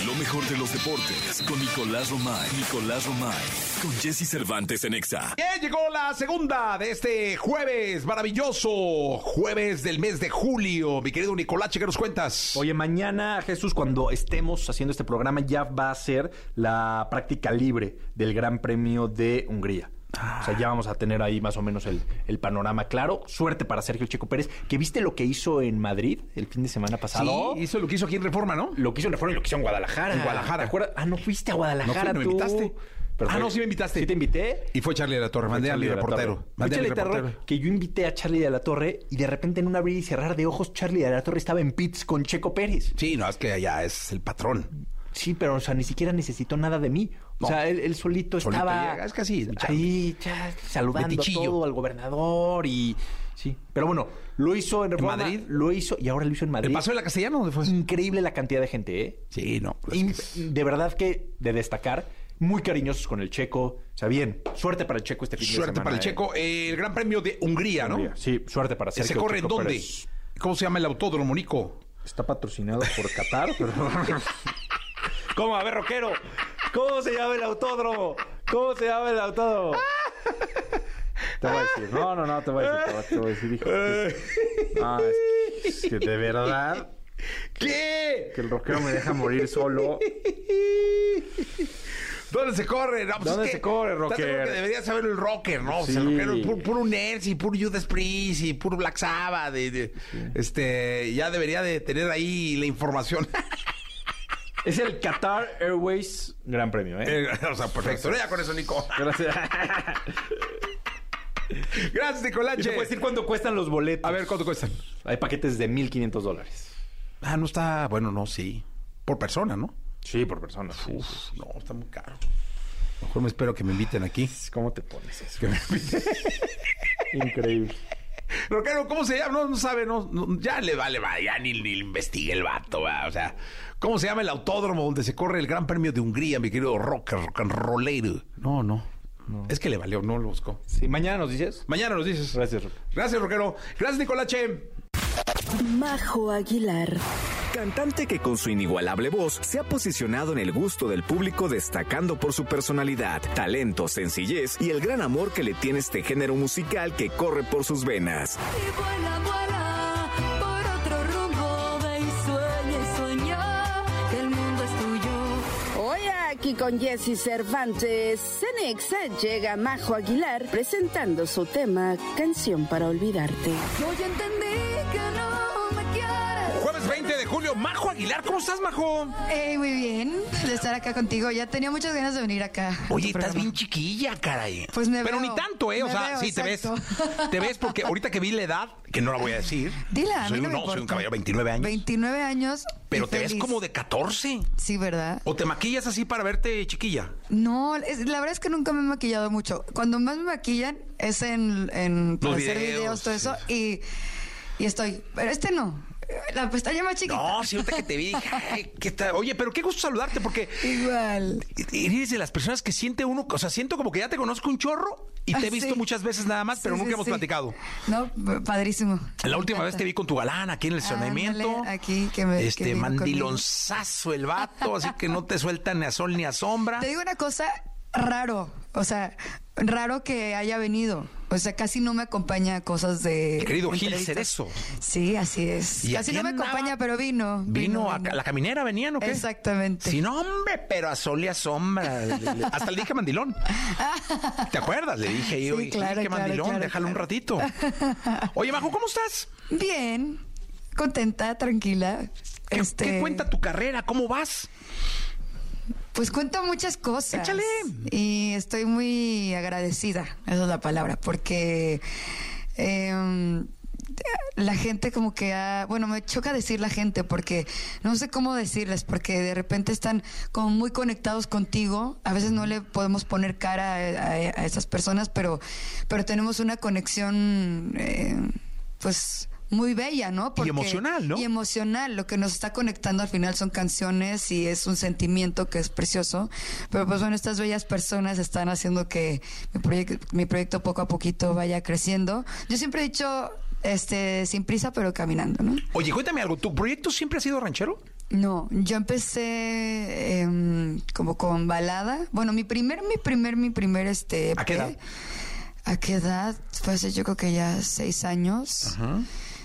Speaker 1: Lo mejor de los deportes con Nicolás Romay. Nicolás Romay. Con Jesse Cervantes en Exa.
Speaker 4: Bien, llegó la segunda de este jueves maravilloso, jueves del mes de julio. Mi querido Nicolache, ¿qué nos cuentas?
Speaker 5: Oye, mañana, Jesús, cuando estemos haciendo este programa, ya va a ser la práctica libre del Gran Premio de Hungría. O sea, ya vamos a tener ahí más o menos el, el panorama claro. Suerte para Sergio Checo Pérez, que viste lo que hizo en Madrid el fin de semana pasado.
Speaker 4: Sí, hizo lo que hizo aquí en Reforma, ¿no?
Speaker 5: Lo que hizo en Reforma y lo que hizo en Guadalajara.
Speaker 4: En Guadalajara.
Speaker 5: ¿Te acuerdas? Ah, no fuiste a Guadalajara.
Speaker 4: No fui, no me
Speaker 5: tú.
Speaker 4: invitaste.
Speaker 5: Pero
Speaker 4: Ah,
Speaker 5: fue-
Speaker 4: no, sí me invitaste.
Speaker 5: Sí te invité.
Speaker 4: Y fue Charlie de la Torre, mandé al
Speaker 5: Charlie de la
Speaker 4: reportero.
Speaker 5: Torre.
Speaker 4: Mandé
Speaker 5: Fue
Speaker 4: al
Speaker 5: Charlie de la Torre,
Speaker 4: reportero.
Speaker 5: que yo invité a Charlie de la Torre y de repente en un abrir y cerrar de ojos, Charlie de la Torre estaba en pits con Checo Pérez.
Speaker 4: Sí, no, es que allá es el patrón.
Speaker 5: Sí, pero o sea, ni siquiera necesitó nada de mí. O
Speaker 4: No.
Speaker 5: sea, él, él solito,
Speaker 4: Solito
Speaker 5: estaba
Speaker 4: llega, es que así,
Speaker 5: ahí ya, saludando a
Speaker 4: metichillo.
Speaker 5: todo al gobernador y sí. Pero bueno, lo hizo en, Reforma,
Speaker 4: Madrid?
Speaker 5: lo hizo y ahora lo hizo en
Speaker 4: ¿El
Speaker 5: Madrid.
Speaker 4: paso de la castellana dónde fue?
Speaker 5: Increíble la cantidad de gente, ¿eh?
Speaker 4: Sí, no. es que
Speaker 5: Imp-
Speaker 4: es-
Speaker 5: De verdad que de destacar, muy cariñosos con el Checo. O sea, bien, suerte para el Checo este fin de
Speaker 4: Suerte
Speaker 5: semana,
Speaker 4: para el
Speaker 5: ¿eh?
Speaker 4: Checo. Eh, el Gran Premio de Hungría, ¿no? Eh,
Speaker 5: Sí, suerte para
Speaker 4: ¿Se
Speaker 5: Sergio
Speaker 4: corre en
Speaker 5: Checo
Speaker 4: dónde?
Speaker 5: Pérez.
Speaker 4: ¿Cómo se llama el autódromo, Nico?
Speaker 5: Está patrocinado por Qatar. pero- ¿Cómo? A ver, rockero. ¿Cómo se llama el autódromo? ¿Cómo se llama el autódromo? Te voy a decir. No, no, no, te voy a decir. te voy a- Te voy a decir, hijo. No, es que de verdad
Speaker 4: ¿Qué?
Speaker 5: que el rockero me deja morir solo.
Speaker 4: ¿Dónde se corre? No, pues
Speaker 5: ¿Dónde
Speaker 4: es que-
Speaker 5: se corre,
Speaker 4: estás de acuerdo
Speaker 5: rocker?
Speaker 4: que debería saber el rocker, ¿no? Pues
Speaker 5: Sí.
Speaker 4: el rockero, puro, puro Nerds y puro Judas Priest y puro Black Sabbath. y de- Este, ya debería de tener ahí la información.
Speaker 5: Es el Qatar Airways Gran Premio, ¿eh?
Speaker 4: Eh, o sea, perfecto. Ya con eso, Nico.
Speaker 5: Gracias.
Speaker 4: Gracias,
Speaker 5: Y te
Speaker 4: Nicolache.
Speaker 5: puedo decir cuánto cuestan los boletos.
Speaker 4: A ver, ¿cuánto cuestan?
Speaker 5: Hay paquetes de 1.500 dólares.
Speaker 4: Ah, no está... Bueno, no, sí. Por persona, ¿no?
Speaker 5: Sí, por persona. sí.
Speaker 4: Uf, no, está muy caro. Mejor me espero que me inviten aquí.
Speaker 5: ¿Cómo te pones eso?
Speaker 4: Que me inviten.
Speaker 5: Increíble.
Speaker 4: Rockero, ¿cómo se llama? No, no sabe, no, no, ya le vale, va, ya ni, ni le investigue el vato, va, o sea, ¿cómo se llama el autódromo donde se corre el Gran Premio de Hungría, mi querido rocker, rock and rollero? No, no, Es que le valió, no lo buscó.
Speaker 5: Sí, mañana nos dices.
Speaker 4: Mañana nos dices.
Speaker 5: Gracias, Roque.
Speaker 4: Gracias, Rockero. Gracias, Nicolache.
Speaker 9: Majo Aguilar,
Speaker 1: Cantante que con su inigualable voz se ha posicionado en el gusto del público destacando por su personalidad, talento, sencillez y el gran amor que le tiene este género musical que corre por sus venas.
Speaker 10: Y vuela, vuela por otro rumbo, ve y sueña y sueña que el mundo es tuyo.
Speaker 11: Hoy aquí con Jesse Cervantes, Cenexa llega Majo Aguilar presentando su tema Canción para Olvidarte.
Speaker 10: Yo ya entendí que no me quieres.
Speaker 4: Jueves 20 de julio, Majo Aguilar, ¿cómo estás, Majo?
Speaker 12: Hey, muy bien de estar acá contigo. Ya tenía muchas ganas de venir acá. a tu
Speaker 4: Oye, estás
Speaker 12: programa.
Speaker 4: bien chiquilla, caray.
Speaker 12: Pues me
Speaker 4: Pero
Speaker 12: veo,
Speaker 4: ni tanto, ¿eh? O
Speaker 12: me
Speaker 4: sea,
Speaker 12: veo,
Speaker 4: sí, te ves.
Speaker 12: exacto.
Speaker 4: Te ves porque ahorita que vi la edad, que no la voy a decir.
Speaker 12: Dila, a
Speaker 4: soy,
Speaker 12: mí
Speaker 4: un,
Speaker 12: no
Speaker 4: no,
Speaker 12: me
Speaker 4: soy un
Speaker 12: importa.
Speaker 4: caballero, 29 años.
Speaker 12: 29 años.
Speaker 4: pero
Speaker 12: y
Speaker 4: te ves
Speaker 12: feliz.
Speaker 4: como de 14.
Speaker 12: Sí, ¿verdad?
Speaker 4: ¿O te maquillas así para verte chiquilla?
Speaker 12: No, es- la verdad es que nunca me he maquillado mucho. Cuando más me maquillan es en, en para hacer
Speaker 4: videos,
Speaker 12: videos, todo eso. Y, y estoy, pero este no. La pestaña más chiquita.
Speaker 4: No, si ahorita que te vi, dije, ay, ¿qué tal? Oye, pero qué gusto saludarte porque
Speaker 12: Igual.
Speaker 4: eres de las personas que siente uno, o sea, siento como que ya te conozco un chorro y te he
Speaker 12: Ah,
Speaker 4: visto
Speaker 12: sí.
Speaker 4: muchas veces nada más, pero
Speaker 12: Sí,
Speaker 4: nunca
Speaker 12: sí,
Speaker 4: hemos
Speaker 12: sí.
Speaker 4: platicado.
Speaker 12: No, p- padrísimo.
Speaker 4: La última vez te vi con tu galán aquí en el estacionamiento.
Speaker 12: Ándale, aquí, que me- que
Speaker 4: Este
Speaker 12: vino conmigo.
Speaker 4: mandilonzazo el vato, así que no te suelta ni a sol ni a sombra.
Speaker 12: Te digo una cosa raro, o sea, raro que haya venido. O sea, casi no me acompaña a cosas de.
Speaker 4: Mi querido Gil
Speaker 12: entrevistas.
Speaker 4: Cerezo.
Speaker 12: Sí, así es.
Speaker 4: ¿Y a
Speaker 12: Casi no
Speaker 4: quién
Speaker 12: me
Speaker 4: andaba?
Speaker 12: acompaña, pero vino.
Speaker 4: Vino a ca- la caminera, venían o qué?
Speaker 12: Exactamente.
Speaker 4: Sí, no, hombre, pero a sol y a sombra. Le- le- Hasta le dije mandilón. ¿Te acuerdas? Le dije yo,
Speaker 12: Sí,
Speaker 4: "Oye,
Speaker 12: claro,
Speaker 4: que
Speaker 12: claro,
Speaker 4: mandilón,
Speaker 12: claro,
Speaker 4: déjalo un
Speaker 12: claro.
Speaker 4: ratito. Oye, Majo, ¿cómo estás?
Speaker 12: Bien, contenta, tranquila. este
Speaker 4: ¿Qué, qué cuenta tu carrera? ¿Cómo vas?
Speaker 12: Pues cuento muchas cosas.
Speaker 4: Échale.
Speaker 12: Y estoy muy agradecida, esa es la palabra, porque em, la gente como que ha, bueno, me choca decir la gente porque no sé cómo decirles, porque de repente están como muy conectados contigo, a veces no le podemos poner cara a, a- a esas personas, pero, pero tenemos una conexión, eh, pues... Muy bella, ¿no?
Speaker 4: emocional, ¿no?
Speaker 12: y emocional. Lo que nos está conectando al final son canciones y es un sentimiento que es precioso. Pero pues bueno, estas bellas personas están haciendo que mi, proyec- mi proyecto poco a poquito vaya creciendo. Yo siempre he dicho, este, sin prisa, pero caminando, ¿no?
Speaker 4: Oye, cuéntame algo. ¿Tu proyecto siempre ha sido ranchero?
Speaker 12: No, yo empecé em, como con balada. Bueno, mi primer, mi primer, mi primer este.
Speaker 4: ¿A qué
Speaker 12: EP,
Speaker 4: edad?
Speaker 12: ¿A qué edad? Fue hace yo creo que ya seis años.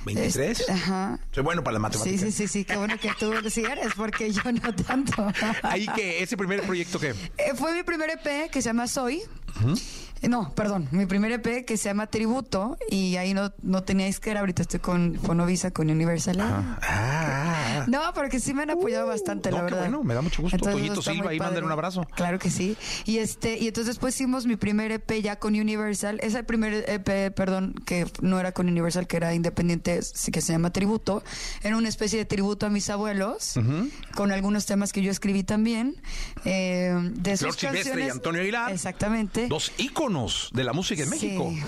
Speaker 4: ¿23?
Speaker 12: Este, ajá.
Speaker 4: Soy bueno para la
Speaker 12: Sí,
Speaker 4: matemática.
Speaker 12: sí, sí, sí, qué bueno que tú sí eres, porque yo no tanto.
Speaker 4: Ahí que ese primer proyecto que...
Speaker 12: Eh, fue mi primer EP que se llama Soy. Eh, No, perdón, mi primer E EP que se llama Tributo y ahí no, no tenía disquera, ahorita estoy con Fonovisa, con Universal.
Speaker 4: Ah,
Speaker 12: No, porque sí me han apoyado bastante,
Speaker 4: no,
Speaker 12: la
Speaker 4: qué
Speaker 12: verdad.
Speaker 4: bueno, me da mucho gusto.
Speaker 12: Entonces,
Speaker 4: Toñito
Speaker 12: está
Speaker 4: Silva,
Speaker 12: muy
Speaker 4: ahí
Speaker 12: padre.
Speaker 4: mándale un abrazo.
Speaker 12: Claro que sí. Y este y entonces pues hicimos mi primer EP ya con Universal. Es el primer EP, perdón, que no era con Universal, que era independiente, sí que se llama Tributo. Era una especie de tributo a mis abuelos, con algunos temas que yo escribí también. Eh, de
Speaker 4: Flor
Speaker 12: sus
Speaker 4: Silvestre y
Speaker 12: canciones-
Speaker 4: Antonio Aguilar.
Speaker 12: Exactamente.
Speaker 4: dos íconos de la música en México.
Speaker 12: Sí,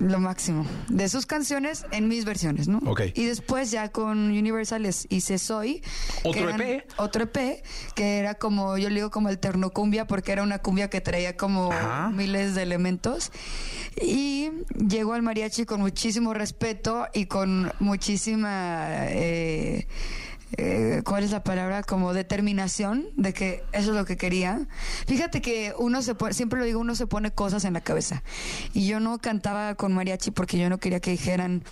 Speaker 12: lo máximo. De sus canciones en mis versiones, ¿no?
Speaker 4: Ok.
Speaker 12: Y después ya con Universal les hice Soy. que
Speaker 4: Otro E EP.
Speaker 12: Otro EP, que era como, yo le digo como el ternocumbia, porque era una cumbia que traía como
Speaker 4: Ajá.
Speaker 12: miles de elementos. Y llegó al mariachi con muchísimo respeto y con muchísima... eh, eh, ¿Cuál es la palabra? Como determinación de que eso es lo que quería. Fíjate que uno se pone, siempre lo digo, uno se pone cosas en la cabeza. Y yo no cantaba con mariachi porque yo no quería que dijeran,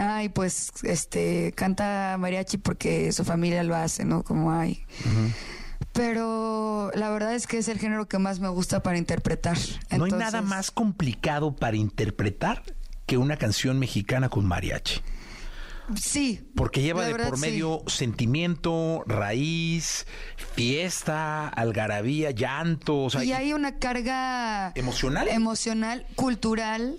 Speaker 12: ay, pues, este, canta mariachi porque su familia lo hace, ¿no? Como, ay. Pero la verdad es que es el género que más me gusta para interpretar.
Speaker 4: no hay
Speaker 12: Entonces,
Speaker 4: nada más complicado para interpretar que una canción mexicana con mariachi.
Speaker 12: Sí.
Speaker 4: Porque lleva
Speaker 12: la
Speaker 4: de
Speaker 12: verdad,
Speaker 4: por
Speaker 12: sí.
Speaker 4: medio sentimiento, raíz, fiesta, algarabía, llanto. O sea,
Speaker 12: y
Speaker 4: y-
Speaker 12: hay una carga em,
Speaker 4: ¿Emocional?
Speaker 12: emocional, cultural,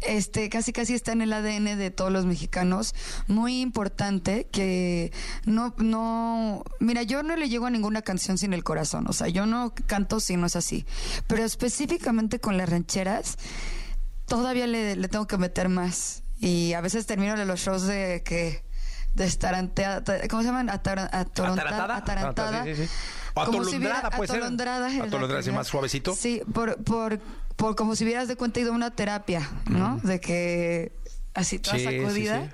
Speaker 12: este, casi casi está en el ADN de todos los mexicanos, muy importante que no, no, mira, yo no le llego a ninguna canción sin el corazón, o sea, yo no canto si no es así, pero específicamente con las rancheras, todavía le, le tengo que meter más. Y a veces termino de los shows de que de estar ante, ata- ¿cómo se llaman? Atara- atoronta-
Speaker 4: ¿Ataratada?
Speaker 12: atarantada.
Speaker 4: Sí, sí, sí. O
Speaker 12: Como si
Speaker 4: atolondrada,
Speaker 12: hubiera-
Speaker 4: puede ser.
Speaker 12: atolondrada es la
Speaker 4: Atolondrada, sí,
Speaker 12: palabra.
Speaker 4: más suavecito.
Speaker 12: Sí, por, por, por como
Speaker 4: Mm.
Speaker 12: si hubieras de cuenta ido a una terapia, ¿no? De que así toda
Speaker 4: Sí, sí,
Speaker 12: sacudida.
Speaker 4: sí.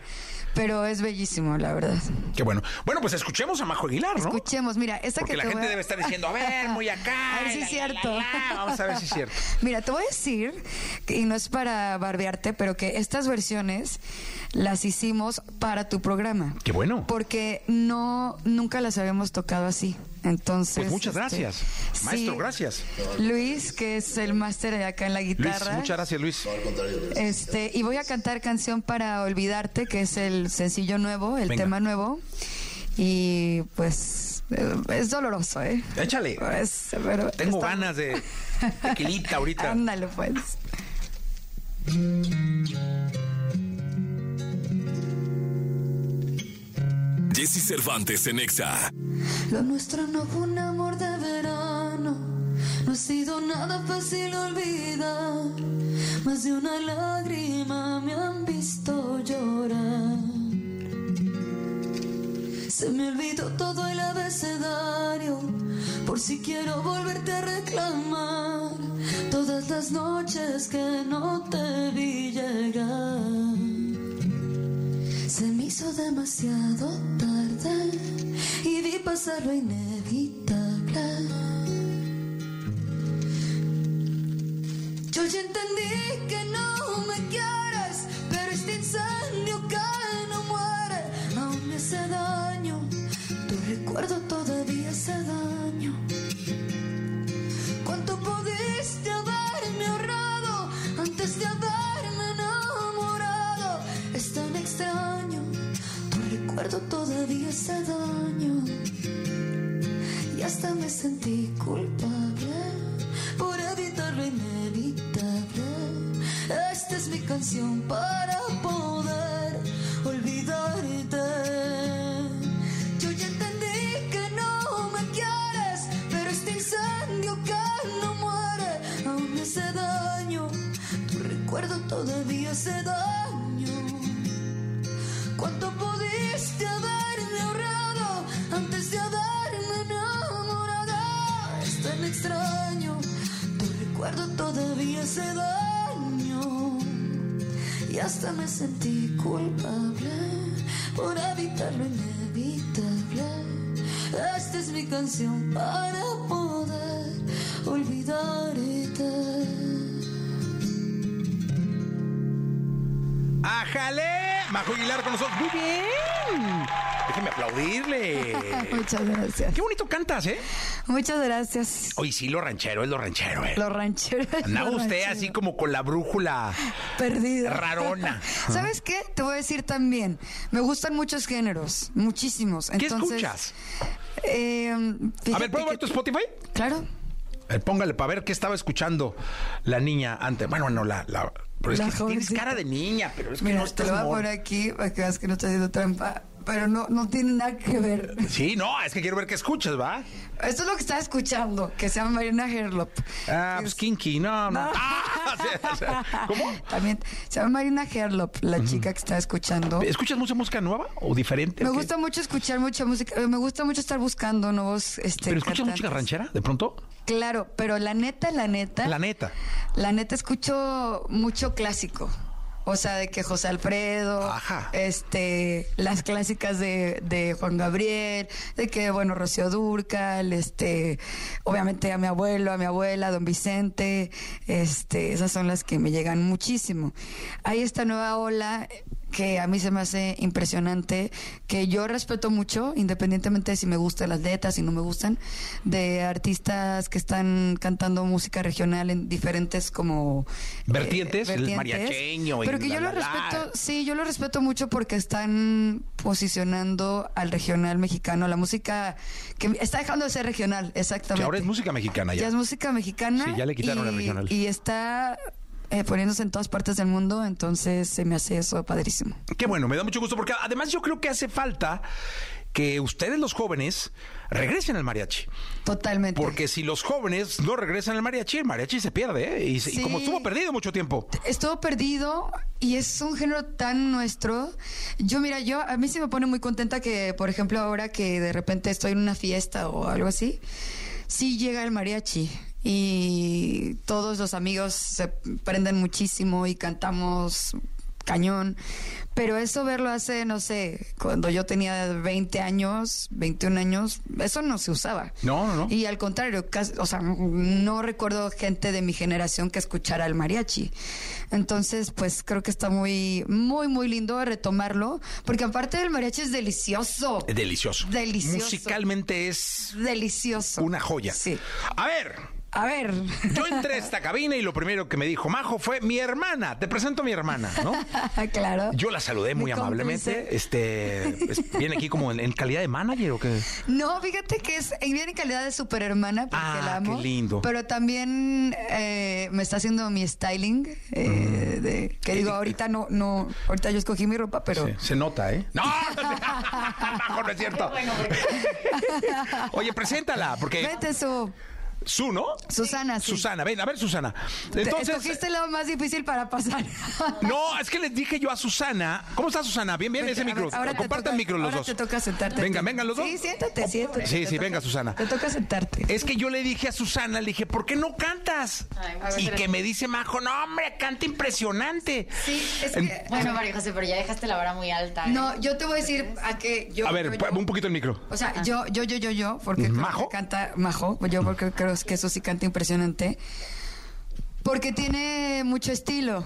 Speaker 12: pero es bellísimo, la verdad.
Speaker 4: Qué bueno. Bueno, pues escuchemos a Majo Aguilar, ¿no?
Speaker 12: Escuchemos, mira, esta
Speaker 4: Porque
Speaker 12: que
Speaker 4: la
Speaker 12: te
Speaker 4: gente
Speaker 12: voy a-
Speaker 4: debe estar diciendo, a ver, muy acá.
Speaker 12: A ver si
Speaker 4: la,
Speaker 12: es
Speaker 4: la,
Speaker 12: cierto.
Speaker 4: la, la. Vamos a ver si es cierto.
Speaker 12: Mira, te voy a decir, que- y no es para barbearte, pero que estas versiones las hicimos para tu programa.
Speaker 4: Qué bueno.
Speaker 12: Porque no, nunca las habíamos tocado así. Entonces.
Speaker 4: Pues muchas
Speaker 12: este,
Speaker 4: gracias.
Speaker 12: sí.
Speaker 4: Maestro, gracias.
Speaker 12: Luis, que es el máster de acá en la
Speaker 4: Luis,
Speaker 12: guitarra.
Speaker 4: muchas gracias, Luis.
Speaker 12: Este, y voy a cantar canción para olvidarte, que es el sencillo nuevo, el
Speaker 4: Venga.
Speaker 12: tema nuevo. Y pues eh, es doloroso, ¿eh?
Speaker 4: Échale.
Speaker 12: Pues, pero
Speaker 4: Tengo
Speaker 12: está-
Speaker 4: ganas de tequilita ahorita.
Speaker 12: Ándale, pues.
Speaker 1: Jesse Cervantes en Exa.
Speaker 10: Lo nuestro no fue un amor de verano, no ha sido nada fácil olvidar. Más de una lágrima me han visto llorar. Se me olvidó todo el abecedario, por si quiero volverte a reclamar. Todas las noches que no te vi llegar. Se me hizo demasiado tarde y vi pasar lo inevitable. Yo ya entendí que no me quieres, pero este incendio que no muere aún me hace daño. Tu recuerdo todavía hace daño. ¿Cuánto pudiste haberme ahorrado antes de haberme enamorado? Es tan extraño, tu recuerdo todavía hace daño. Y hasta me sentí culpable por evitar lo inevitable. Esta es mi canción para poder olvidarte. Yo ya entendí que no me quieres, pero este incendio que no muere aún me hace daño. Tu recuerdo todavía hace daño. ¿Cuánto pudiste haberme ahorrado antes de haberme enamorado? Es tan extraño, tu recuerdo todavía hace daño. Y hasta me sentí culpable por evitar lo inevitable. Esta es mi canción para poder olvidarte.
Speaker 4: ¡Ájale! Majo Aguilar con nosotros. ¡Muy bien! Déjeme aplaudirle.
Speaker 12: Muchas gracias.
Speaker 4: Qué bonito cantas, ¿eh?
Speaker 12: Muchas gracias.
Speaker 4: Oye, sí, lo ranchero es lo ranchero, ¿eh?
Speaker 12: Los rancheros.
Speaker 4: Andaba
Speaker 12: los
Speaker 4: usted
Speaker 12: rancheros.
Speaker 4: así como con la brújula
Speaker 12: Perdida.
Speaker 4: rarona.
Speaker 12: ¿Sabes qué? Te voy a decir también. Me gustan muchos géneros, muchísimos.
Speaker 4: ¿Qué
Speaker 12: Entonces,
Speaker 4: escuchas?
Speaker 12: eh,
Speaker 4: A
Speaker 12: fíjate
Speaker 4: ver, ¿puedo
Speaker 12: que-
Speaker 4: ver tu Spotify?
Speaker 12: Claro.
Speaker 4: Eh, póngale para ver qué estaba escuchando la niña antes. Bueno, no, la. la pero es
Speaker 12: La
Speaker 4: que tienes
Speaker 12: jovencita.
Speaker 4: cara de niña, pero es que
Speaker 12: Mira,
Speaker 4: no
Speaker 12: te
Speaker 4: estás
Speaker 12: lo voy a
Speaker 4: mor-
Speaker 12: poner aquí para que veas que no estoy haciendo trampa. Pero no, no tiene nada que ver.
Speaker 4: Sí, no, es que quiero ver qué escuchas, ¿va?
Speaker 12: Esto es lo que estaba escuchando, que se llama Marina Herlop.
Speaker 4: Ah, pues Kinky, no, no.
Speaker 12: No.
Speaker 4: Ah, sí, o sea, ¿Cómo?
Speaker 12: También se llama Marina Herlop, la chica que estaba escuchando.
Speaker 4: ¿Escuchas mucha música nueva o diferente?
Speaker 12: Me
Speaker 4: ¿O qué?
Speaker 12: gusta mucho escuchar mucha música, eh, me gusta mucho estar buscando nuevos este
Speaker 4: ¿Pero escuchas música
Speaker 12: cantantes.
Speaker 4: ranchera de pronto?
Speaker 12: Claro, pero la neta, la neta,
Speaker 4: La neta.
Speaker 12: la neta escucho mucho clásico. O sea, de que José Alfredo,
Speaker 4: Ajá.
Speaker 12: este, las clásicas de, de Juan Gabriel, de que, bueno, Rocío Durcal, este, obviamente a mi abuelo, a mi abuela, a don Vicente, este, esas son las que me llegan muchísimo. Hay esta nueva ola que a mí se me hace impresionante, que yo respeto mucho, independientemente de si me gustan las letras, si no me gustan, de artistas que están cantando música regional en diferentes como...
Speaker 4: Vertientes, el mariacheño y
Speaker 12: Pero que
Speaker 4: la,
Speaker 12: yo
Speaker 4: la,
Speaker 12: lo
Speaker 4: la.
Speaker 12: respeto, sí, yo lo respeto mucho porque están posicionando al regional mexicano, la música que está dejando de ser regional, exactamente.
Speaker 4: Que ahora es música mexicana ya.
Speaker 12: Ya es música mexicana.
Speaker 4: Sí, ya le quitaron
Speaker 12: y,
Speaker 4: el regional.
Speaker 12: Y está eh, poniéndose en todas partes del mundo, entonces se me hace eso padrísimo.
Speaker 4: Qué bueno, me da mucho gusto porque además yo creo que hace falta que ustedes los jóvenes regresen al mariachi.
Speaker 12: Totalmente.
Speaker 4: Porque si los jóvenes no regresan al mariachi, el mariachi se pierde, ¿eh? Y, se- y
Speaker 12: Sí.
Speaker 4: como estuvo perdido mucho tiempo.
Speaker 12: Estuvo perdido y es un género tan nuestro. Yo, mira, yo a mí se me pone muy contenta que, por ejemplo, ahora que de repente estoy en una fiesta o algo así, sí llega el mariachi y todos los amigos se prenden muchísimo y cantamos cañón. Pero eso verlo hace, no sé, cuando yo tenía 20 años, 21 años, eso no se usaba.
Speaker 4: No, no, no.
Speaker 12: Y al contrario, casi- o sea, no recuerdo gente de mi generación que escuchara el mariachi. Entonces, pues creo que está muy, muy, muy lindo retomarlo, porque aparte del mariachi es delicioso.
Speaker 4: Es Delicioso.
Speaker 12: Delicioso.
Speaker 4: Musicalmente es
Speaker 12: Delicioso.
Speaker 4: una joya.
Speaker 12: Sí.
Speaker 4: A ver,
Speaker 12: A ver.
Speaker 4: yo entré a esta cabina y lo primero que me dijo Majo fue mi hermana. Te presento a mi hermana, ¿no?
Speaker 12: claro.
Speaker 4: Yo la saludé muy
Speaker 12: Me complace.
Speaker 4: amablemente. Este es- viene aquí como en, en calidad de manager o qué.
Speaker 12: No, fíjate que es y viene en calidad de superhermana porque
Speaker 4: Ah,
Speaker 12: la amo.
Speaker 4: qué lindo.
Speaker 12: Pero también eh, me está haciendo mi styling, eh, de- que digo, ahorita no, no, ahorita yo escogí mi ropa, pero
Speaker 4: Sí, Se nota, ¿eh? No, Majo, no es cierto. Oye, preséntala, porque
Speaker 12: vete su
Speaker 4: Su, ¿no?
Speaker 12: Susana, sí.
Speaker 4: Susana, ven, a ver, Susana.
Speaker 12: Te-
Speaker 4: Entonces,
Speaker 12: escogiste el lado más difícil para pasar.
Speaker 4: no, es que les dije yo a Susana. ¿Cómo está Susana? Bien, bien,
Speaker 12: Vente,
Speaker 4: ese
Speaker 12: a ver,
Speaker 4: micro.
Speaker 12: ahora te
Speaker 4: Compartan
Speaker 12: toca-
Speaker 4: micro los
Speaker 12: ahora
Speaker 4: dos.
Speaker 12: te toca sentarte.
Speaker 4: Venga,
Speaker 12: tú.
Speaker 4: vengan los dos. Oh,
Speaker 12: Sí, siéntate, siéntate.
Speaker 4: Sí,
Speaker 12: Te
Speaker 4: sí,
Speaker 12: toca-
Speaker 4: venga, Susana.
Speaker 12: Te toca sentarte.
Speaker 4: Es que yo le dije a Susana, le dije, ¿por qué no cantas? y que me dice Majo, no, hombre, canta impresionante.
Speaker 13: Sí, es que, bueno, María José, pero ya dejaste la vara muy alta. ¿eh?
Speaker 12: No, yo te voy a decir a que yo.
Speaker 4: a ver,
Speaker 12: yo- yo-
Speaker 4: un poquito el micro.
Speaker 12: O sea, yo, yo, yo, yo, yo, porque creo que
Speaker 4: ¿Majo?
Speaker 12: canta Majo, yo porque creo que eso sí canta impresionante. Porque tiene mucho estilo.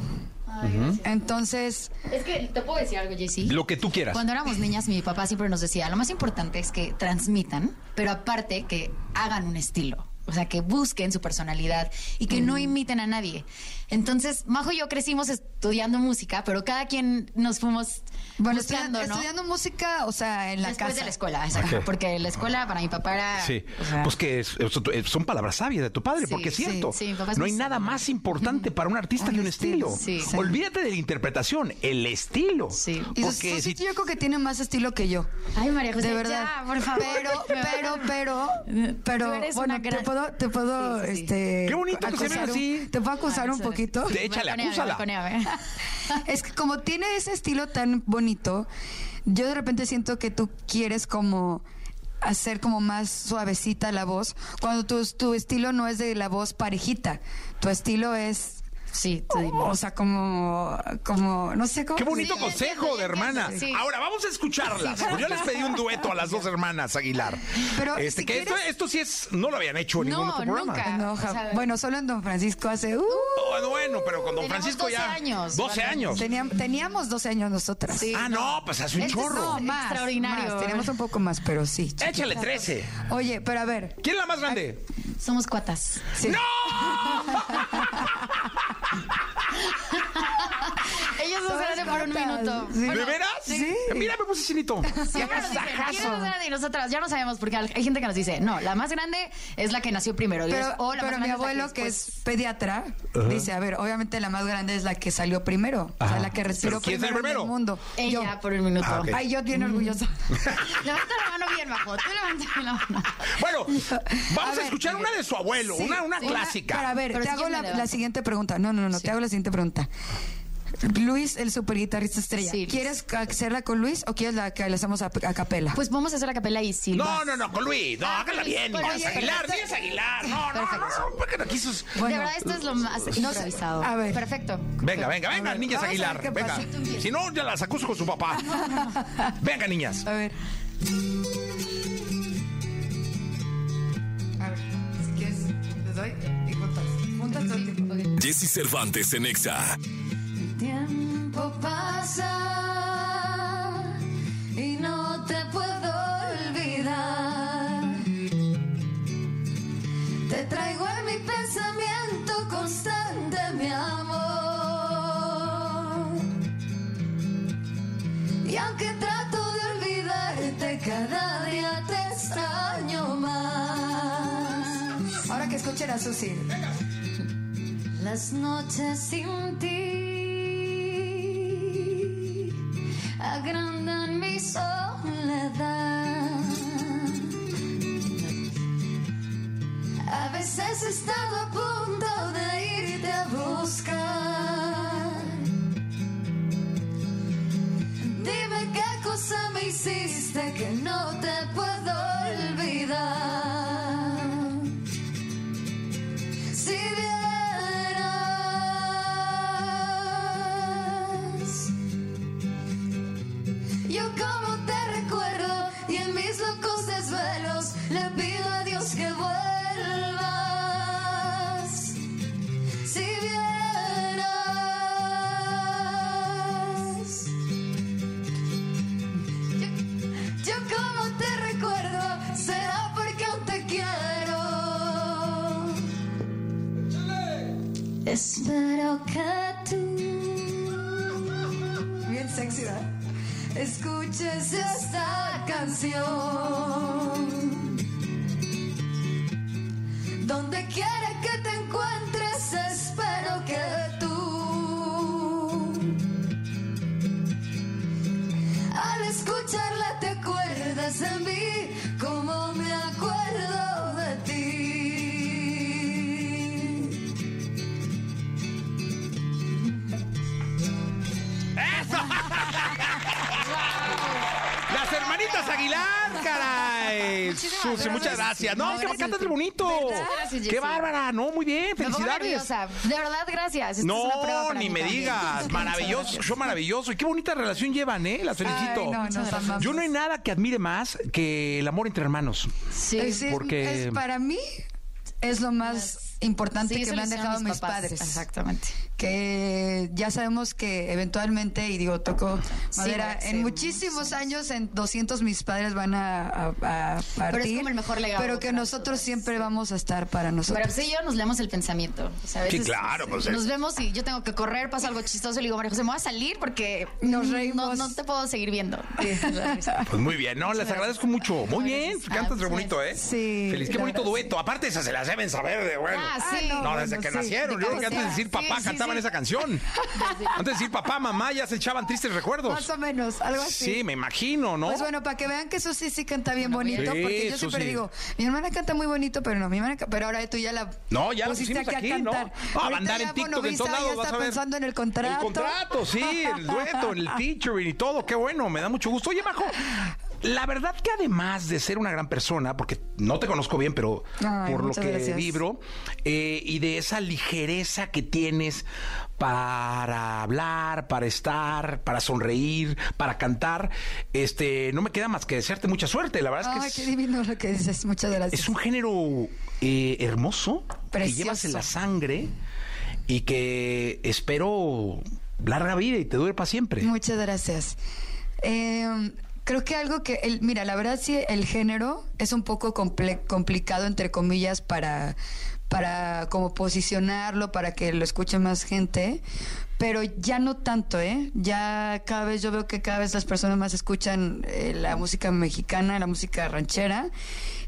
Speaker 12: Entonces,
Speaker 13: Es que te puedo decir algo, Jessy.
Speaker 4: Lo que tú quieras.
Speaker 13: Cuando éramos niñas, mi papá siempre nos decía, lo más importante es que transmitan, pero aparte que hagan un estilo. O sea, que busquen su personalidad y que
Speaker 12: Mm.
Speaker 13: no imiten a nadie. Entonces, Majo y yo crecimos estudiando música, pero cada quien nos fuimos
Speaker 12: bueno,
Speaker 13: buscando,
Speaker 12: estudiando,
Speaker 13: ¿no?
Speaker 12: estudiando música, o sea, en la
Speaker 13: Después
Speaker 12: casa.
Speaker 13: de la escuela, exacto.
Speaker 4: Ok.
Speaker 13: Porque la escuela para mi papá era...
Speaker 4: Sí,
Speaker 13: o sea,
Speaker 4: pues que es- es- son palabras sabias de tu padre,
Speaker 13: Sí,
Speaker 4: porque es
Speaker 13: sí,
Speaker 4: cierto,
Speaker 13: sí, mi papá es
Speaker 4: no
Speaker 13: muy
Speaker 4: hay nada más importante para un artista que un estilo.
Speaker 13: Sí. Sí.
Speaker 4: Olvídate de la interpretación, el estilo.
Speaker 12: Y
Speaker 4: Porque
Speaker 12: Susi,
Speaker 4: si
Speaker 12: yo creo que tiene más estilo que yo.
Speaker 13: Ay, María José,
Speaker 12: de verdad.
Speaker 13: ya, por favor.
Speaker 12: Pero,
Speaker 13: Me van a-
Speaker 12: pero, pero,
Speaker 13: Tú
Speaker 12: pero,
Speaker 13: eres
Speaker 12: bueno,
Speaker 13: una
Speaker 12: te
Speaker 13: gran-
Speaker 12: puedo, te puedo,
Speaker 13: Sí, Ah, sí, sí.
Speaker 12: este.
Speaker 4: Qué bonito que se
Speaker 12: acusar
Speaker 4: vean
Speaker 12: un-
Speaker 4: así.
Speaker 12: Te puedo acusar
Speaker 13: Ay,
Speaker 12: un
Speaker 13: muchas
Speaker 12: poquito.
Speaker 13: gracias.
Speaker 4: Échale,
Speaker 13: Balconeame,
Speaker 4: acúsala.
Speaker 13: balconeame.
Speaker 12: Es que como tiene ese estilo tan bonito, yo de repente siento que tú quieres como hacer como más suavecita la voz, cuando tu, tu estilo no es de la voz parejita, tu estilo es...
Speaker 13: Sí, te digo.
Speaker 12: O, o sea, como, como, no sé cómo...
Speaker 4: Qué bonito
Speaker 13: Sí, ya
Speaker 4: consejo
Speaker 13: entiendo,
Speaker 4: de
Speaker 13: ya
Speaker 4: hermana.
Speaker 13: entiendo, sí.
Speaker 4: Ahora vamos a escucharlas. Pues yo les pedí un dueto a las dos hermanas Aguilar.
Speaker 12: Pero
Speaker 4: este,
Speaker 12: si
Speaker 4: que esto,
Speaker 12: quieres-
Speaker 4: esto sí es, no lo habían hecho en ningún
Speaker 13: No,
Speaker 4: otro programa.
Speaker 13: nunca.
Speaker 12: No, ja-
Speaker 13: O sea,
Speaker 12: bueno, solo en Don Francisco hace... uh,
Speaker 4: Oh, bueno, pero con Don
Speaker 13: Teníamos
Speaker 4: Francisco
Speaker 13: 12
Speaker 4: ya.
Speaker 13: años,
Speaker 4: 12
Speaker 13: Valero.
Speaker 4: años.
Speaker 12: teníam- teníamos 12 años nosotras.
Speaker 13: Sí.
Speaker 4: Ah, no, pues hace un
Speaker 13: Este
Speaker 4: chorro.
Speaker 12: No, más,
Speaker 13: Extraordinario.
Speaker 12: más, teníamos un poco más, pero sí.
Speaker 4: Échale 13.
Speaker 12: Oye, pero a ver...
Speaker 4: ¿Quién es la más grande?
Speaker 13: Somos cuatas.
Speaker 12: sí.
Speaker 13: Ellos nos
Speaker 12: Somos
Speaker 13: eran por un
Speaker 12: cuatas.
Speaker 13: minuto.
Speaker 12: Sí.
Speaker 13: Bueno,
Speaker 4: ¿De veras?
Speaker 12: Sí.
Speaker 4: Mira, me puse chinito.
Speaker 13: siempre nos dicen, ¿quién es más grande? Y nosotras ya no sabemos porque hay gente que nos dice, no, la más grande es la que nació primero. Y es,
Speaker 12: Pero,
Speaker 13: "Oh, la más
Speaker 12: pero
Speaker 13: grande
Speaker 12: mi
Speaker 13: es la
Speaker 12: abuelo, que
Speaker 13: después".
Speaker 12: es pediatra, dice, a ver, obviamente la más grande es la que salió primero, o sea, la que respiró
Speaker 4: ¿Pero quién es el
Speaker 12: primero, en
Speaker 4: primero?
Speaker 12: el mundo. Yo.
Speaker 13: Ella por un minuto.
Speaker 4: Ah, ok.
Speaker 12: Ay, yo bien orgullosa.
Speaker 13: Levanta la mano bien, Majo. Tú levanta la mano.
Speaker 4: Bueno, vamos a,
Speaker 12: ver,
Speaker 4: escuchar una de su abuelo,
Speaker 12: Sí,
Speaker 4: una, una
Speaker 12: sí.
Speaker 4: clásica.
Speaker 12: Pero a ver,
Speaker 13: Pero
Speaker 12: te
Speaker 13: sí yo
Speaker 12: hago
Speaker 13: me
Speaker 12: la,
Speaker 13: levanto.
Speaker 12: la siguiente pregunta. No, no, no, te hago la siguiente pregunta. Luis, el super guitarrista estrella.
Speaker 13: Sí.
Speaker 12: ¿Quieres hacerla con Luis o quieres la que le hacemos a, a capela?
Speaker 13: Pues vamos a hacer la capela y sí.
Speaker 4: no, no, no, con Luis. No,
Speaker 13: Ah,
Speaker 4: hágala
Speaker 13: con Luis,
Speaker 4: bien.
Speaker 13: con
Speaker 4: Díaz
Speaker 13: Luis.
Speaker 4: Aguilar, Díaz Aguilar. No, no, no, no, porque no quiso.
Speaker 12: bueno.
Speaker 13: de verdad, esto es lo más improvisado.
Speaker 12: a ver.
Speaker 13: Perfecto.
Speaker 4: Venga, venga, venga,
Speaker 12: ver,
Speaker 4: niñas
Speaker 12: vamos a ver
Speaker 4: Aguilar.
Speaker 12: qué
Speaker 4: Venga.
Speaker 12: pasa.
Speaker 4: Si no, ya las acuso con su papá. Venga, niñas.
Speaker 12: A ver. A ver, si quieres, te doy y juntas. Juntas todo el tiempo.
Speaker 1: Jesse Cervantes en Exa.
Speaker 2: El tiempo pasa y no te puedo olvidar. Te traigo en mi pensamiento constante, mi amor. Y aunque trato de olvidarte, cada día te extraño más.
Speaker 12: Ahora que escuchen a Susi.
Speaker 2: Las noches sin ti agrandan mi soledad. A veces he estado a punto de irte a buscar. Dime qué cosa me hiciste que no te puedo olvidar. Si vieras vuelos, le pido a Dios que vuelvas. Si vieras, yo, yo como te recuerdo, será porque aún te quiero. Espero que tú. Bien sexy, ¿verdad? Escuches esta canción. Donde quiera que te encuentres, espero que tú. Al escucharla te acuerdas de mí como me acuerdo de ti.
Speaker 4: ¡Eso! ¡Las hermanitas Aguilar, caray!
Speaker 13: Muchísimas
Speaker 4: Susi,
Speaker 13: gracias.
Speaker 4: muchas gracias. No,
Speaker 13: Muchas
Speaker 4: que
Speaker 13: gracias,
Speaker 4: cantas
Speaker 13: Jessy.
Speaker 4: bonito.
Speaker 13: Muchas gracias, Jessy.
Speaker 4: ¡Qué bárbara! No, muy bien,
Speaker 13: Me pongo
Speaker 4: felicidades.
Speaker 13: nerviosa. De verdad, gracias. Esta es una prueba
Speaker 4: No,
Speaker 13: para
Speaker 4: ni
Speaker 13: mí
Speaker 4: me
Speaker 13: también.
Speaker 4: digas.
Speaker 13: Muchas
Speaker 4: Maravilloso,
Speaker 13: gracias.
Speaker 4: yo maravilloso. Y qué bonita relación llevan, ¿eh? Las felicito.
Speaker 13: Ay, no, pues. nos amamos.
Speaker 4: Yo no hay nada que admire más que el amor entre hermanos.
Speaker 12: Sí, es,
Speaker 4: Porque-
Speaker 12: es- para mí es lo más importante
Speaker 13: Sí,
Speaker 12: que
Speaker 13: eso
Speaker 12: me
Speaker 13: lo
Speaker 12: han
Speaker 13: hicieron
Speaker 12: dejado mis,
Speaker 13: mis papás,
Speaker 12: padres.
Speaker 13: exactamente.
Speaker 12: Que Eh, ya sabemos que eventualmente, y digo, toco
Speaker 13: Sí,
Speaker 12: madera,
Speaker 13: sí,
Speaker 12: en muchísimos años, en 200 mis padres van a, a- a partir.
Speaker 13: como el mejor legado
Speaker 12: Pero que
Speaker 13: para
Speaker 12: nosotros siempre vamos a estar para nosotros.
Speaker 13: Pero pues ella nos leemos el pensamiento. o sea, a
Speaker 4: Sí,
Speaker 13: veces
Speaker 4: claro, pues, es-
Speaker 13: Nos vemos y yo tengo que correr, pasa algo chistoso y le digo, María José, me voy a salir porque
Speaker 12: Nos
Speaker 13: no-
Speaker 12: reímos.
Speaker 13: No, te puedo seguir viendo. La risa.
Speaker 4: Pues muy bien, no, les agradezco mucho. Muy bien,
Speaker 13: gracias.
Speaker 4: cantas re
Speaker 13: Ah,
Speaker 4: bonito, ¿eh?
Speaker 12: Sí,
Speaker 4: Feliz, qué
Speaker 12: la
Speaker 4: bonito
Speaker 12: verdad,
Speaker 4: dueto. Aparte, esas se las deben saber de bueno.
Speaker 13: Ah, sí.
Speaker 12: no,
Speaker 4: No, desde
Speaker 12: bueno,
Speaker 4: que
Speaker 12: sí.
Speaker 4: nacieron.
Speaker 12: De
Speaker 4: Yo creo que
Speaker 12: cabecera.
Speaker 4: antes de decir papá
Speaker 13: Sí, sí,
Speaker 4: cantaban
Speaker 13: sí.
Speaker 4: esa canción. Antes de decir papá, mamá, ya se echaban tristes recuerdos.
Speaker 12: Más o menos, algo así.
Speaker 4: Sí, me imagino, ¿no?
Speaker 12: Pues bueno, para que vean que Susi sí canta bien bonito,
Speaker 4: bien. Sí,
Speaker 12: porque yo siempre
Speaker 4: Susi.
Speaker 12: digo, mi hermana canta muy bonito, pero no, mi hermana, ca- pero ahora tú ya la
Speaker 4: No, ya la
Speaker 12: pusiste
Speaker 4: pusimos aquí, ¿no? Ah, va a
Speaker 12: Ahorita
Speaker 4: andar
Speaker 12: ya
Speaker 4: en TikTok en
Speaker 12: Bonovista
Speaker 4: todos lados,
Speaker 12: ya
Speaker 4: vas a
Speaker 12: está
Speaker 4: ver.
Speaker 12: pensando en el contrato.
Speaker 4: El contrato, sí, el dueto, el featuring y todo, qué bueno, me da mucho gusto. Oye, Majo, la verdad que además de ser una gran persona, porque no te conozco bien, pero
Speaker 12: Ay,
Speaker 4: por lo
Speaker 12: muchas
Speaker 4: que
Speaker 12: gracias.
Speaker 4: vibro, eh, y de esa ligereza que tienes para hablar, para estar, para sonreír, para cantar, este, no me queda más que desearte mucha suerte. La verdad
Speaker 12: Ay,
Speaker 4: es que
Speaker 12: qué
Speaker 4: es,
Speaker 12: divino lo que dices, muchas gracias.
Speaker 4: es un género eh, hermoso que
Speaker 12: Precioso.
Speaker 4: llevas en la sangre y que espero larga vida y te dure para siempre.
Speaker 12: Muchas gracias. Eh, creo que algo que, el- mira, la verdad sí, el género es un poco comple- complicado, entre comillas, para, para como posicionarlo, para que lo escuche más gente, pero ya no tanto, ¿eh? Ya cada vez yo veo que cada vez las personas más escuchan eh, la música mexicana, la música ranchera,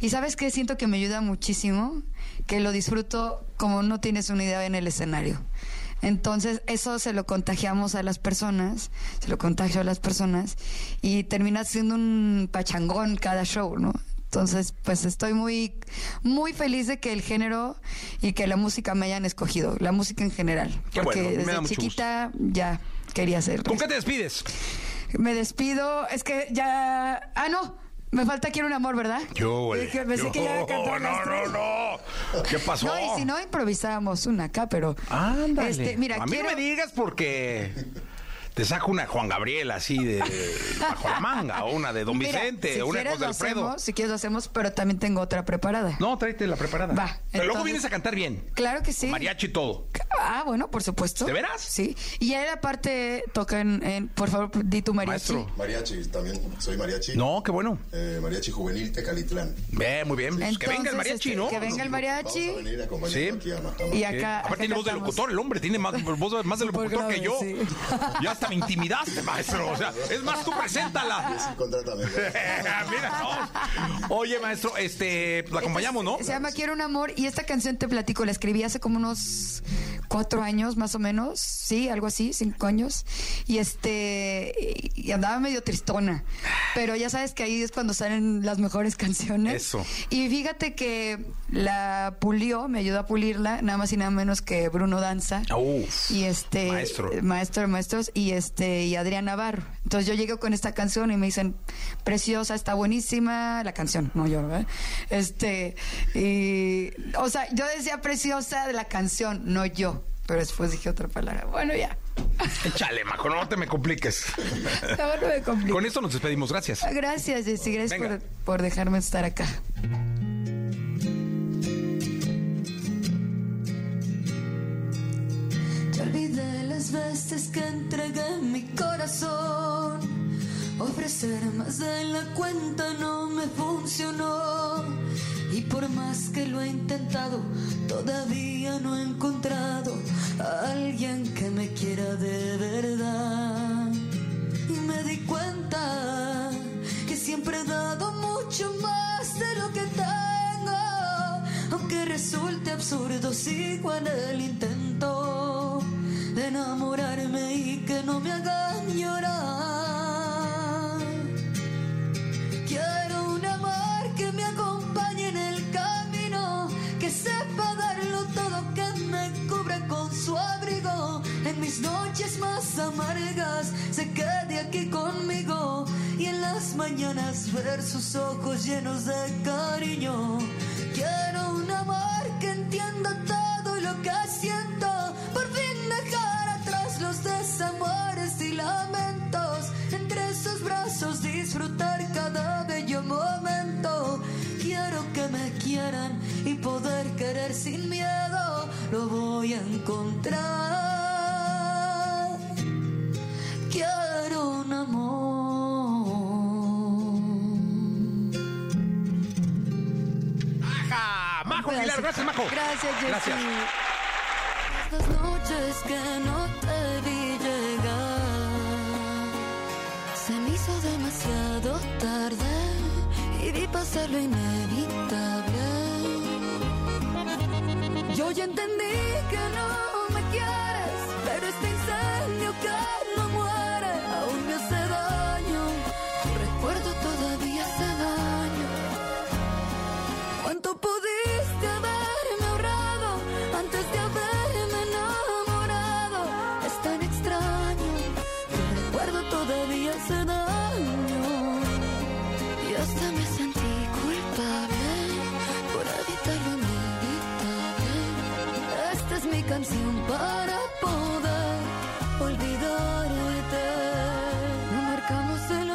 Speaker 12: y sabes que siento que me ayuda muchísimo, que lo disfruto como no tienes una idea en el escenario. Entonces, eso se lo contagiamos a las personas, se lo contagio a las personas y termina siendo un pachangón cada show, ¿no? Entonces, pues estoy muy, muy feliz de que el género y que la música me hayan escogido, la música en general,
Speaker 4: Qué
Speaker 12: porque
Speaker 4: bueno, me da
Speaker 12: desde
Speaker 4: mucho
Speaker 12: chiquita ya quería hacer.
Speaker 4: ¿Con qué te despides?
Speaker 12: Me despido, es que ya, ah no, me falta quiero un amor, ¿verdad?
Speaker 4: ole.
Speaker 12: Es que pensé que ya
Speaker 4: Yo, oh,
Speaker 12: cantaban las tres.
Speaker 4: no. ¿Qué pasó?
Speaker 12: No, y si no improvisábamos una acá, pero
Speaker 4: Ándale.
Speaker 12: este, mira,
Speaker 4: a mí
Speaker 12: quiero
Speaker 4: no me digas porque te saco una Juan Gabriel así de bajo la manga, o una de Don
Speaker 12: Mira,
Speaker 4: Vicente,
Speaker 12: si
Speaker 4: o una de
Speaker 12: quieres
Speaker 4: José
Speaker 12: lo
Speaker 4: Alfredo.
Speaker 12: hacemos, si quieres lo hacemos, pero también tengo otra preparada.
Speaker 4: No, tráete la preparada.
Speaker 12: Va,
Speaker 4: Pero luego
Speaker 12: entonces-
Speaker 4: vienes a cantar bien.
Speaker 12: Claro que sí.
Speaker 4: Mariachi y todo.
Speaker 12: Ah, bueno, por supuesto.
Speaker 4: ¿De veras?
Speaker 12: Sí. Y ya la parte toca en, en- por favor, di tu mariachi.
Speaker 4: Maestro.
Speaker 3: Mariachi, también soy mariachi.
Speaker 4: No, qué bueno.
Speaker 3: Eh, mariachi juvenil Tecalitlán.
Speaker 4: Ve, muy bien. Pues que venga el
Speaker 12: Entonces,
Speaker 4: mariachi,
Speaker 12: este,
Speaker 4: ¿no?
Speaker 12: que venga el mariachi.
Speaker 3: Vamos a venir acompañando
Speaker 4: Sí.
Speaker 3: aquí a Matamala.
Speaker 12: Y acá.
Speaker 4: Aparte
Speaker 12: acá
Speaker 4: tiene voz de
Speaker 12: cantamos.
Speaker 4: locutor, el hombre tiene más, voz de- más de
Speaker 12: Súper
Speaker 4: locutor que
Speaker 12: grave,
Speaker 4: yo.
Speaker 12: sí.
Speaker 4: Ya hasta me intimidaste, maestro. O sea, es más, tú preséntala.
Speaker 3: Sí, contrátame.
Speaker 4: Mira, no. Oye, maestro, este, la acompañamos, ¿no?
Speaker 12: Se llama Quiero un amor y esta canción te platico, la escribí hace como unos cuatro años más o menos, sí, algo así, cinco años. Y este, y andaba medio tristona, pero ya sabes que ahí es cuando salen las mejores canciones.
Speaker 4: Eso.
Speaker 12: Y fíjate que la pulió, me ayudó a pulirla, nada más y nada menos que Bruno Danza.
Speaker 4: Uf,
Speaker 12: y este
Speaker 4: maestro.
Speaker 12: eh, maestro de maestros y este y Adrián Navarro entonces yo llego con esta canción y me dicen preciosa está buenísima la canción no yo ¿verdad? este y o sea yo decía preciosa de la canción no yo pero después dije otra palabra bueno ya
Speaker 4: Échale, Majo, no te me compliques.
Speaker 12: No, no me complico.
Speaker 4: Con esto nos despedimos, gracias.
Speaker 12: Gracias, Jessy. Gracias
Speaker 4: Venga.
Speaker 12: por, por dejarme estar acá.
Speaker 10: Ya olvidé las veces que entregué mi corazón. Ofrecer más de la cuenta no me funcionó. Y por más que lo he intentado, todavía no he encontrado a alguien que me quiera de verdad. Y me di cuenta que siempre he dado mucho más de lo que tengo. Aunque resulte absurdo, sigo en el intento de enamorarme y que no me hagan llorar. Quiero un amor que me acompañe en el camino, que sepa darlo todo, que me cubra con su abrigo. En mis noches más amargas se quede aquí conmigo y en las mañanas ver sus ojos llenos de cariño. Quiero un amor que entienda todo lo que siento, por fin dejar atrás los desamores y lamentos. Entre sus brazos disfrutar cada bello momento. Quiero que me quieran y poder querer sin miedo. Lo voy a encontrar. Quiero un amor.
Speaker 4: Maja, Majo Aguilar, gracias, Majo.
Speaker 10: Gracias, Jessy.
Speaker 4: Gracias.
Speaker 10: Estas noches que no te vi llegar, se me hizo demasiado tarde y vi pasar lo inevitable. Yo ya entendí que no me quieres, pero este incendio que no muere aún me hace daño. Tu recuerdo todavía hace daño. ¿Cuánto pudiste haberme ahorrado antes de haberme enamorado? Es tan extraño, tu recuerdo todavía hace daño. Y hasta me sentí culpable por evitar lo inevitable. Esta es mi canción para poder olvidarte. Marcamos el